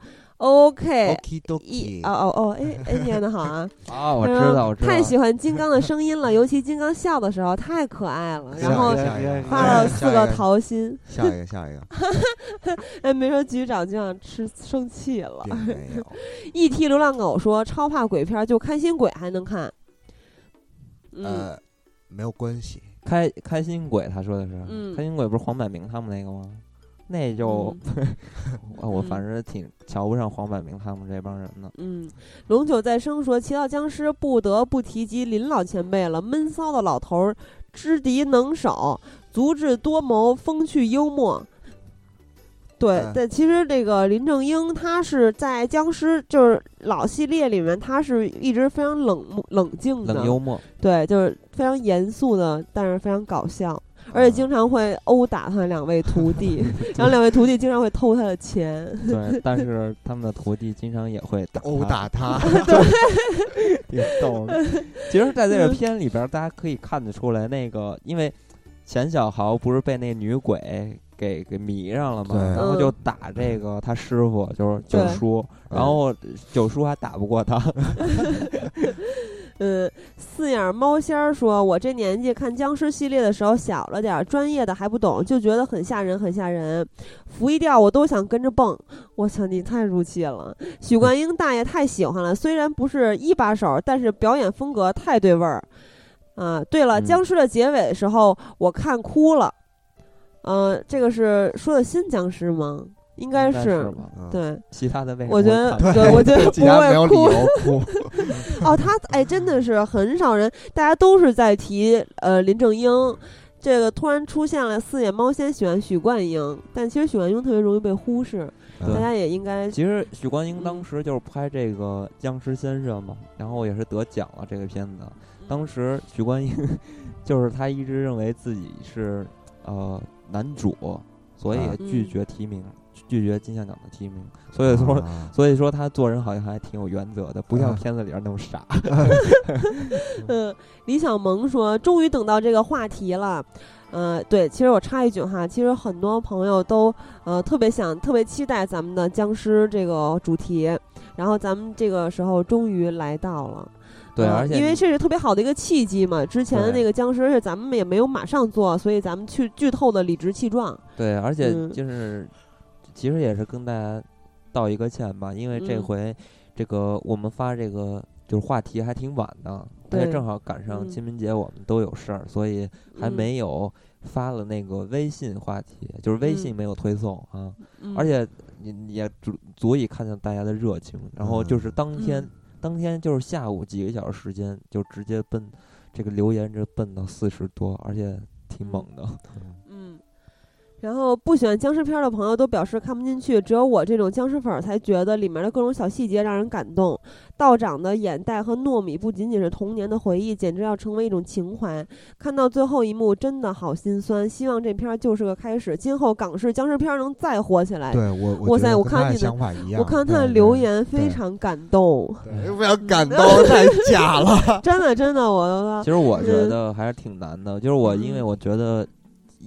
Okie 一 dokie，哎哦哦哦，哎哎，念的好啊！啊，我他知说道，我知道。太喜欢金刚的声音了，尤其金刚笑的时候太可爱了。下一然个后下一个发了四个，桃心，下一个下一个下哎，没说局长就想吃生气了一个，。并没有。 E.T. 流浪狗说超怕鬼片，就开心鬼还能看。嗯，呃，没有关系，开开心鬼，他说的是，嗯开心鬼不是黄百鸣他们那个吗？那就嗯、啊我嗯反正挺瞧不上黄百鸣他们这帮人的。嗯，龙九再生说，提到僵尸不得不提及林老前辈了，闷骚的老头儿，知敌能手，足智多谋，风趣幽默。对，嗯但其实这个林正英他是在僵尸就是老系列里面，他是一直非常冷漠冷静的，冷幽默，对，就是非常严肃的，但是非常搞笑，嗯而且经常会殴打他两位徒 弟，然后两位徒弟经常会偷他的钱。对，但是他们的徒弟经常也会打殴他打他，呃挺逗的。其实，在这个嗯片里边儿，大家可以看得出来，那个因为钱小豪不是被那女鬼给给迷上了嘛，对然后嗯就打这个他师傅，就是九对叔，然后九叔还打不过他，呃，四眼猫仙儿说：“我这年纪看僵尸系列的时候小了点儿，专业的还不懂，就觉得很吓人，很吓人。服一掉我都想跟着蹦。我操，你太入戏了！许冠英大爷太喜欢了，虽然不是一把手，但是表演风格太对味儿。啊，对了，嗯僵尸的结尾的时候我看哭了，嗯、这个是说的新僵尸吗？应该应该是是，吧？嗯，对，其他的为什么我觉会得看对，我觉得既不然没有会理哭由哭， 哦，他哎，真的是很少人，大家都是在提呃林正英，这个突然出现了四眼猫先喜欢许冠英，但其实许冠英特别容易被忽视，嗯大家也应该其实许冠英嗯当时就是拍这个《僵尸先生》嘛，然后也是得奖了这个片子。嗯当时许冠英 就是他一直认为自己是呃男主，所以啊嗯拒绝提名，拒绝金像奖的提名。所以说，啊所以说他做人好像还挺有原则的，不像啊片子里边那么傻。嗯，李小萌说：“终于等到这个话题了。”呃，对，其实我插一句哈，其实很多朋友都呃特别想、特别期待咱们的僵尸这个主题，然后咱们这个时候终于来到了。对，呃而且因为你这是特别好的一个契机嘛，之前的对那个僵尸是咱们也没有马上做，所以咱们去剧透的理直气壮。对，而且嗯就是、其实也是跟大家道一个歉吧，因为这嗯回这个我们发这个就是话题还挺晚的，而且对正好赶上嗯清明节，我们都有事儿，所以还嗯没有发了那个微信话题，就是微信嗯没有推送啊，嗯而且也也足足以看见大家的热情。然后就是当天、嗯当天就是下午几个小时时间，就直接奔这个留言这奔到四十多，而且挺猛的。嗯，然后不喜欢僵尸片儿的朋友都表示看不进去，只有我这种僵尸粉儿才觉得里面的各种小细节让人感动。道长的眼袋和糯米不仅仅是童年的回忆，简直要成为一种情怀。看到最后一幕，真的好心酸。希望这片儿就是个开始，今后港式僵尸片儿能再火起来。对我，哇哎我觉塞得我跟看他的你的想法一样，我看他的对留，言嗯对非常感动，对对不要感动，太假了。 真的真的，我其实我觉嗯得还是挺难的，就是我因为嗯我觉得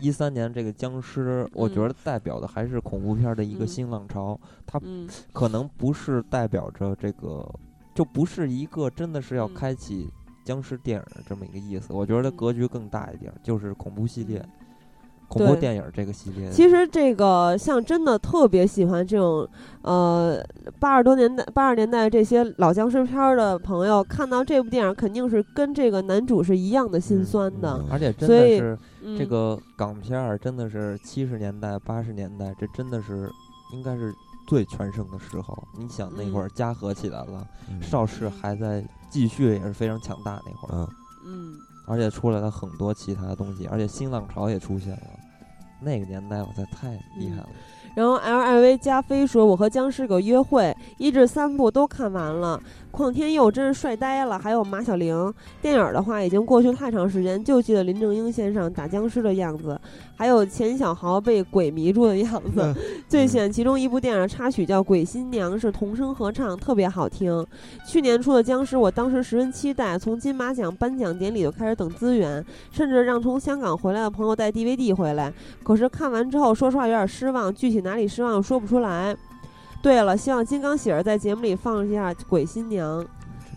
一三年这个僵尸，我觉嗯得代表的还是恐怖片儿的一个嗯新浪潮，它嗯可能不是代表着这个，就不是一个真的是要嗯开启僵尸电影的这么一个意思。我觉得嗯格局更大一点，就是恐怖系列嗯、恐怖对电影这个系列。嗯其实这个像真的特别喜欢这种呃八十多年代、八十年代这些老僵尸片儿的朋友，看到这部电影肯定是跟这个男主是一样的心酸的。而且真所的以是嗯嗯这个港片儿，真的是七十年代、八十年代，这真的是应该是最全盛的时候。你想那嗯会儿嘉禾起来了，嗯邵氏还在继续，也是非常强大那会儿， 嗯，嗯，而且出来了很多其他的东西，而且新浪潮也出现了。那个年代，我操，太厉害了！然后 L I V 加菲说：“我和僵尸狗约会，一至三部都看完了，邝天佑真是帅呆了，还有马小玲。电影儿的话已经过去太长时间，就记得林正英先生打僵尸的样子，还有钱小豪被鬼迷住的样子。嗯最喜欢其中一部电影插曲叫《鬼新娘》，是童声合唱，特别好听。去年出的僵尸，我当时十分期待，从金马奖颁奖典礼就开始等资源，甚至让从香港回来的朋友带 DVD 回来。可是看完之后，说实话有点失望，具体哪里失望又说不出来。对了，希望金刚喜儿在节目里放一下《鬼新娘》。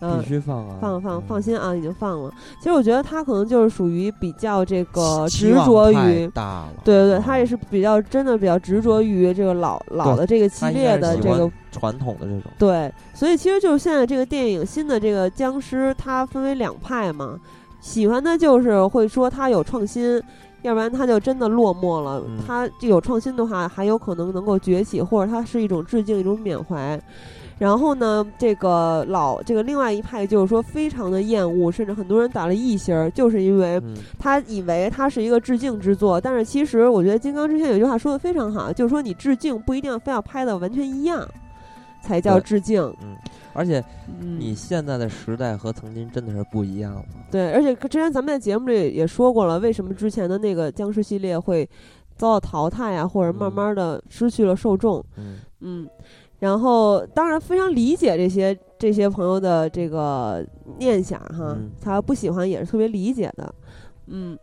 嗯必，须放啊！放放放嗯心啊，已经放了。其实我觉得他可能就是属于比较这个期执望着太于，大了，对对对，他也是比较真的比较执着于这个老老的这个系他应该列是的喜这欢个传统的这种，对，所以其实就是现在这个电影新的这个僵尸，它分为两派嘛，喜欢的就是会说它有创新，要不然它就真的落寞了。嗯它这有创新的话，还有可能能够崛起，或者它是一种致敬，一种缅怀。然后呢，这个老这个另外一派就是说非常的厌恶，甚至很多人打了一星儿，就是因为嗯，他以为它是一个致敬之作，但是其实我觉得金刚之前有一句话说的非常好，就是说你致敬不一定非要拍的完全一样，才叫对致敬。而且嗯，你现在的时代和曾经真的是不一样了。对，而且之前咱们在节目里也说过了，为什么之前的那个僵尸系列会遭到淘汰呀、或者慢嗯慢的失去了受众。嗯，嗯，然后当然非常理解这些这些朋友的这个念想哈，嗯他不喜欢也是特别理解的，嗯。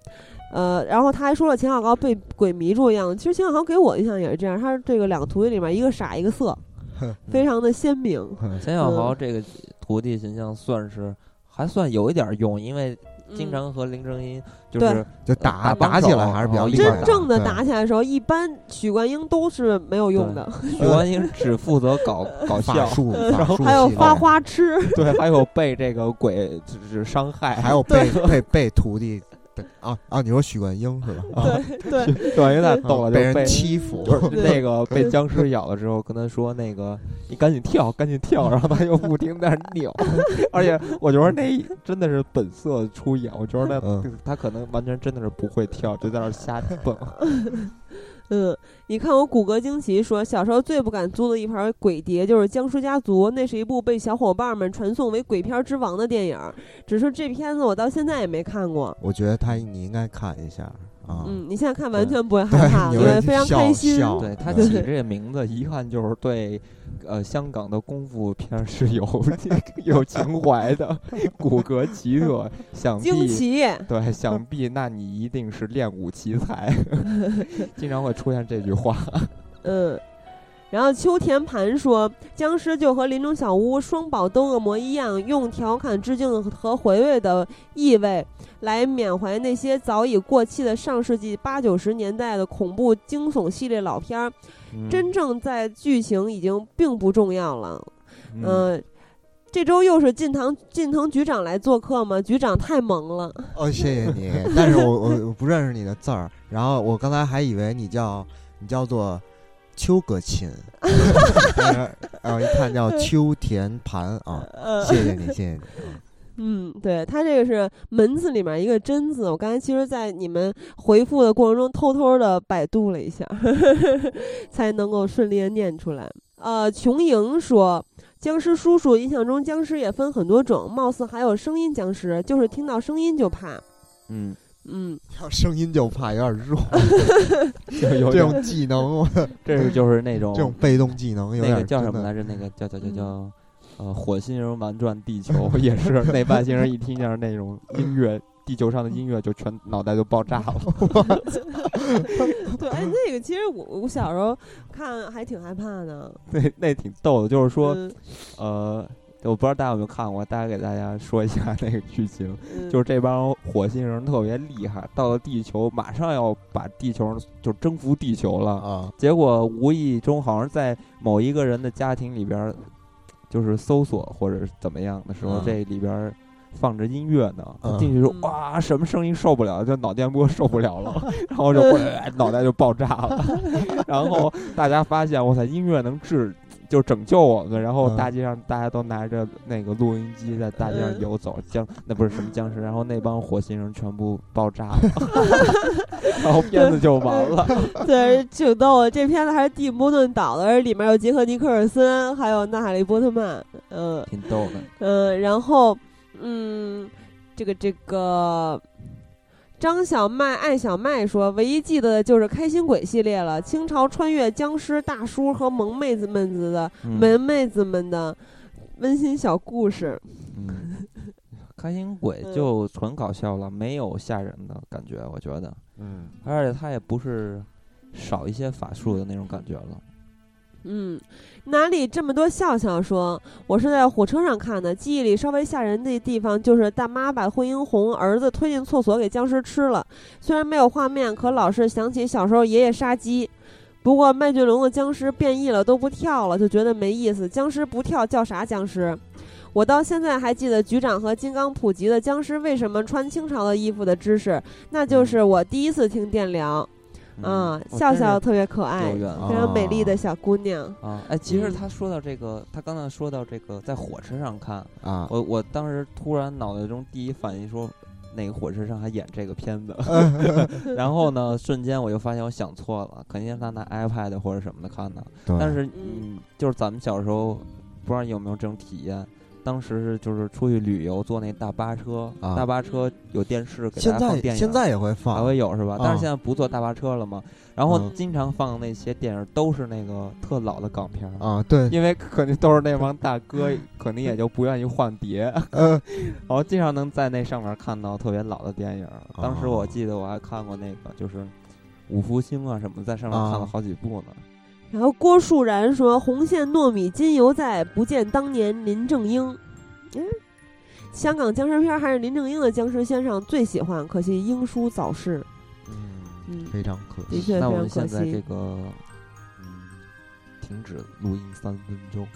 呃，然后他还说了钱小豪被鬼迷住一样，其实钱小豪给我印象也是这样，他是这个两个徒弟里面一个傻一个色，非常的鲜明。嗯嗯钱小豪这个徒弟形象算是还算有一点用，因为经嗯常和林正英就对是就打打帮打起手来还是比较呃哦厉一块害儿嗯打真正的对打起来的时候，一般许冠英都是没有用的，许冠英只负责搞搞呃法笑，术，法术呃还有系发列，花痴，对，还有被这个鬼就是伤害，还有被被被徒弟的啊啊！你说许冠英是吧？ 啊对，段云娜逗了，被就人被欺 负，就是那个被僵尸咬了之后，跟他说那个你赶紧跳，赶紧 跳，然后他又不停地在那儿扭， 而且我觉得那真的是本色出演，我觉得那、嗯他可能完全真的是不会跳，就在那儿瞎蹦。嗯，你看我骨骼惊奇说，小时候最不敢租的一盘鬼碟就是《僵尸家族》，那是一部被小伙伴们传颂为鬼片之王的电影儿，只是这片子我到现在也没看过。我觉得他你应该看一下啊。嗯，你现在看完对全不会害怕， 你因会为非常笑开心。笑对他对起这个名字，一看就是对呃香港的功夫片儿是 有有情怀的，骨骼奇特，想惊必。奇，对，想必那你一定是练武奇才， 经常会出现这句话。嗯。然后秋田盘说，僵尸就和林中小屋双宝灯恶魔一样，用调侃、致敬和回味的意味来缅怀那些早已过气的上世纪八九十年代的恐怖惊悚系列老片儿。嗯真正在剧情已经并不重要了。嗯嗯、这周又是近藤近藤局长来做客吗？局长太萌了，哦，谢谢你，但是我我我不认识你的字儿，然后我刚才还以为你叫你叫做秋 葛琴，然后一看叫秋田盘啊，呃，谢谢你，谢谢 你。啊嗯，对他这个是门字里面一个真字，我刚才其实，在你们回复的过程中偷偷的百度了一下， 才能够顺利的念出来。呃，琼莹说。僵尸叔叔印象中，僵尸也分很多种，貌似还有声音僵尸，就是听到声音就怕。嗯， 嗯，要声音就怕有点弱，就有 这点种技能，我这是就是那种这种被动技能有哦那点个叫什真么的来着？那个叫叫叫嗯叫呃，火星人玩转地球也 是那外星人一听见那种音乐，地球上的音乐就全脑袋就爆炸了。 对，哎，那个其实我我小时候看还挺害怕的。那那挺逗的，就是说嗯呃，我不知道大家有没有看过，大家给大家说一下那个剧情，嗯就是这帮火星人特别厉害，到了地球马上要把地球就征服地球了。啊，结果无意中好像在某一个人的家庭里边儿，就是搜索或者是怎么样的时候，嗯这里边儿放着音乐呢，嗯进去说嗯哇什么声音受不了，就脑电波受不了 了，然后就呃脑袋就爆炸了， 然后大家发现哇塞音乐能治。就拯救我们，然后嗯大街上大家都拿着那个录音机在大街上嗯游走，僵那不是什么僵尸，然后那帮火星人全部爆炸 了，然后片子就完了。对，挺逗的。这片子还是蒂姆·波顿导的，而里面有杰克·尼克尔森，还有娜塔莉·波特曼。嗯、 挺逗的。嗯、然后嗯，这个这个。张小麦爱小麦说：“唯一记得的就是开心鬼系列了，清朝穿越僵尸大叔和萌妹子们子的嗯萌妹子们的温馨小故事。嗯，开心鬼嗯就纯搞笑了，没有吓人的感觉，我觉得，嗯，而且他也不是少一些法术的那种感觉了。嗯，哪里这么多笑笑说？我是在火车上看的，记忆里稍微吓人的地方就是大妈把惠英红儿子推进厕所给僵尸吃了，虽然没有画面，可老是想起小时候爷爷杀鸡。不过麦浚龙的僵尸变异了都不跳了，就觉得没意思。僵尸不跳叫啥僵尸？我到现在还记得局长和金刚普及的僵尸为什么穿清朝的衣服的知识，那就是我第一次听电疗。啊，我嗯哦真笑是笑特别可嗯爱有，缘哦非常美丽的小姑娘。啊！哎，其实嗯他说到这个，他刚才说到这个，在火车上看，啊，我我当时突然脑袋中第一反应说，那个火车上还演这个片 子， 然后呢，瞬间我就发现我想错了，肯定是他拿 iPad 或者什么的看的，对但是嗯嗯，就是咱们小时候，不知道有没有这种体验。当时是就是出去旅游坐那大巴车，啊大巴车有电视给现大家放在电影，现在也会放还会有是吧？啊但是现在不坐大巴车了嘛，然后嗯经常放那些电影都是那个特老的港片儿，啊，对，因为肯定都是那帮大哥，肯定也就不愿意换碟，呃， 然后经常能在那上面看到特别老的电影。当时啊我记得我还看过那个就是五福星啊什么，在上面啊看了好几部呢。然后郭树然说：“红线糯米金犹在，不见当年林正英。”嗯，香港僵尸片还是林正英的《僵尸先生》最喜欢，可惜英叔早逝。嗯，嗯，非常可的惜。确非那我常们可现在这惜。个嗯，停止录音三分钟。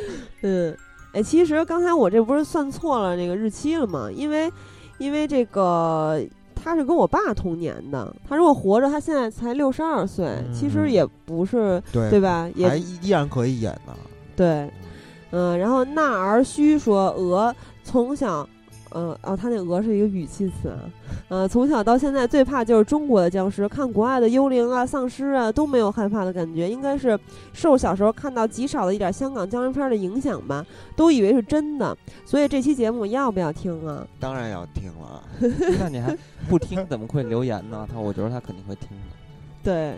嗯，哎，其实刚才我这不是算错了那个日期了吗？因为，因为这个他是跟我爸同年的，他如果活着，他现在才六十二岁，其实嗯也不是对对吧？也还依依然可以演呢。对，嗯，然后那儿须说鹅从小，呃，哦，他那鹅是一个语气词啊，呃，从小到现在最怕就是中国的僵尸，看国外的幽灵啊、丧尸啊都没有害怕的感觉，应该是受小时候看到极少的一点香港僵尸片的影响吧，都以为是真的，所以这期节目要不要听啊？当然要听了啊，那你还不听怎么会留言呢？他我觉得他肯定会听的。对，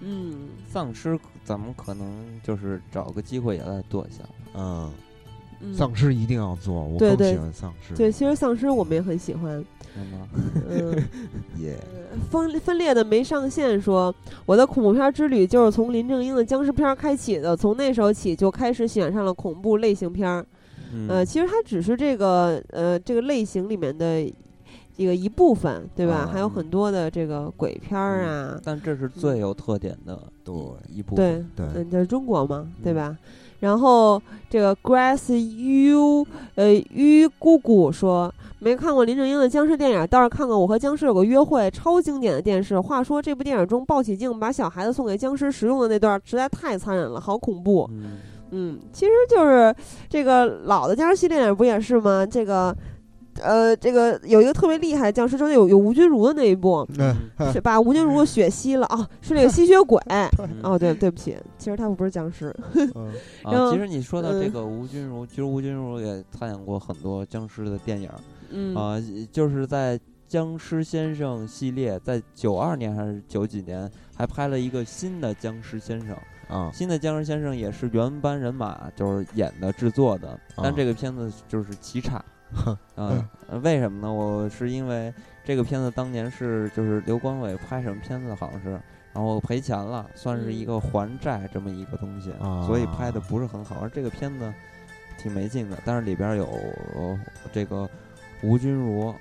嗯，丧尸咱们可能就是找个机会也来做一下。嗯，嗯丧尸一定要做，我对更对喜欢丧尸。对，其实丧尸我们也很喜欢，那么 嗯。耶，分分裂的没上线说，我的恐怖片之旅就是从林正英的僵尸片开启的，从那时候起就开始选上了恐怖类型片儿。呃，嗯，其实它只是这个呃这个类型里面的这个一部分，对吧？啊还有很多的这个鬼片儿啊，但这是最有特点的对一部分。嗯对，对，嗯，就是中国嘛，嗯对吧？然后这个 Grass U 呃 U 姑姑说没看过林正英的僵尸电影，倒是看过《我和僵尸有个约会》，超经典的电视。话说这部电影中鲍喜静把小孩子送给僵尸食用的那段实在太残忍了，好恐怖。嗯，嗯，其实就是这个老的僵尸系列电影不也是吗？这个。呃，这个有一个特别厉害的僵尸，中间有有吴君如的那一部， 嗯是把吴君如的血吸了啊，是那个吸血 鬼，嗯哦，对，对不起，其实他不是僵尸，嗯然后啊，其实你说到这嗯个吴君如，其实吴君如也参演过很多僵尸的电影儿嗯， 啊、就是在《僵尸先生》系列，在九二年还是九几年，还拍了一个新的《僵尸先生》。啊，新的《僵尸先生》也是原班人马，就是演的、制作的，啊但这个片子就是奇 差。嗯，为什么呢？我是因为这个片子当年是就是刘光伟拍什么片子，好像是，然后赔钱了，算是一个还债这么一个东西，啊所以拍的不是很好。而这个片子挺没劲的，但是里边有呃这个吴君如，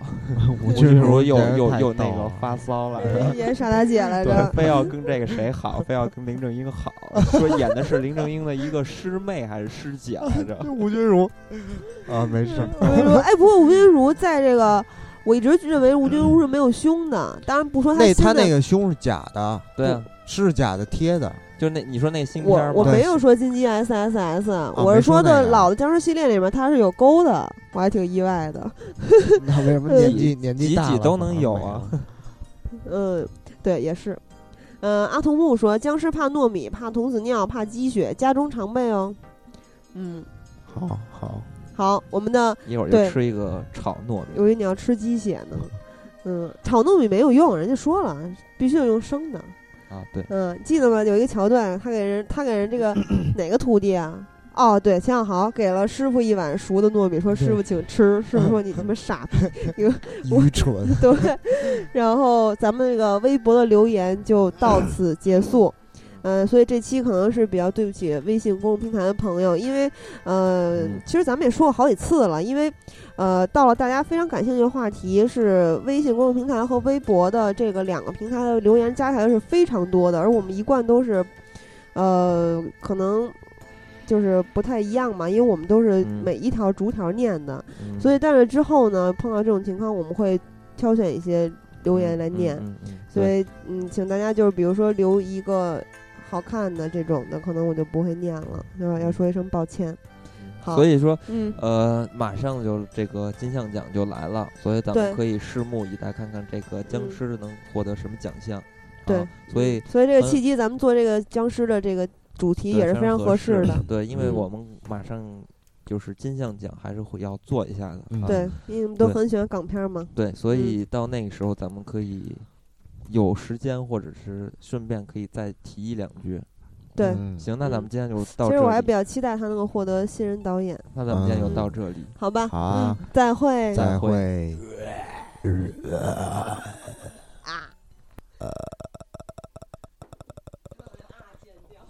吴君君如如又简直又太又逗那个了 发骚来着。也傻大姐来对 着，，非要跟这个谁好，非要跟林正英 好，说演的是林正英的一个师妹还是师姐来着？ 吴君如啊，没事儿，吴君如，哎，不过吴君如在这个，我一直认为吴君如是没有胸的，当然不说她 那新他的那个胸是假的，对啊，是假的贴 的，就那你说那新片我儿我吗？没有说金鸡 S S S，我啊没是说说那的个老的僵尸系列里面它是有沟的，我还挺意外的。那为什呃么年纪年纪几大几了都可能有啊没有？嗯，对，也是。嗯，阿童木说，僵尸怕糯米，怕童子尿，怕鸡血，家中常备哦。嗯，好好，好，我们的一会儿对就吃一个炒糯我以米。为你要吃鸡血呢。嗯，炒糯米没有用，人家说了，必须得用生的。啊，对，嗯，记得吗？有一个桥段，他给人他给人这个哪个徒弟啊？哦，对，钱小豪给了师傅一碗熟的糯米，说师傅请吃。师傅说你他妈傻逼， 我愚蠢，对。然后咱们这个微博的留言就到此结束。嗯、所以这期可能是比较对不起微信公众平台的朋友，因为呃，嗯其实咱们也说过好几次了，因为呃，到了大家非常感兴趣的话题是微信公众平台和微博的这个两个平台的留言加起来是非常多的，而我们一贯都是呃，可能就是不太一样嘛，因为我们都是嗯每一条逐条念的，嗯所以但是之后呢，碰到这种情况，我们会挑选一些留言来念。嗯嗯嗯嗯所以，嗯，请大家就是比如说留一个好看的这种的，可能我就不会念嗯了，对吧？要说一声抱歉。嗯好，所以说，嗯，呃，马上就这个金像奖就来了，所以咱对嗯们可以拭目以待，看看这个僵尸能获得什么奖项。对啊，所以所以这嗯个契机，咱们做这个僵尸的这个主题对也是非常合适的。。对，因为嗯我们马上就是金像奖还是会要做一下的。嗯啊对，因为我们都对很喜欢港片嘛。对，所以到那个时候咱们可以有时间，或者是顺便可以再提一两句。对，嗯行，那咱嗯们今天就到其这实里。我还比较期待他能够获得新人导演，那咱们今天就嗯到这里。好吧？好啊嗯，再会。再再会会。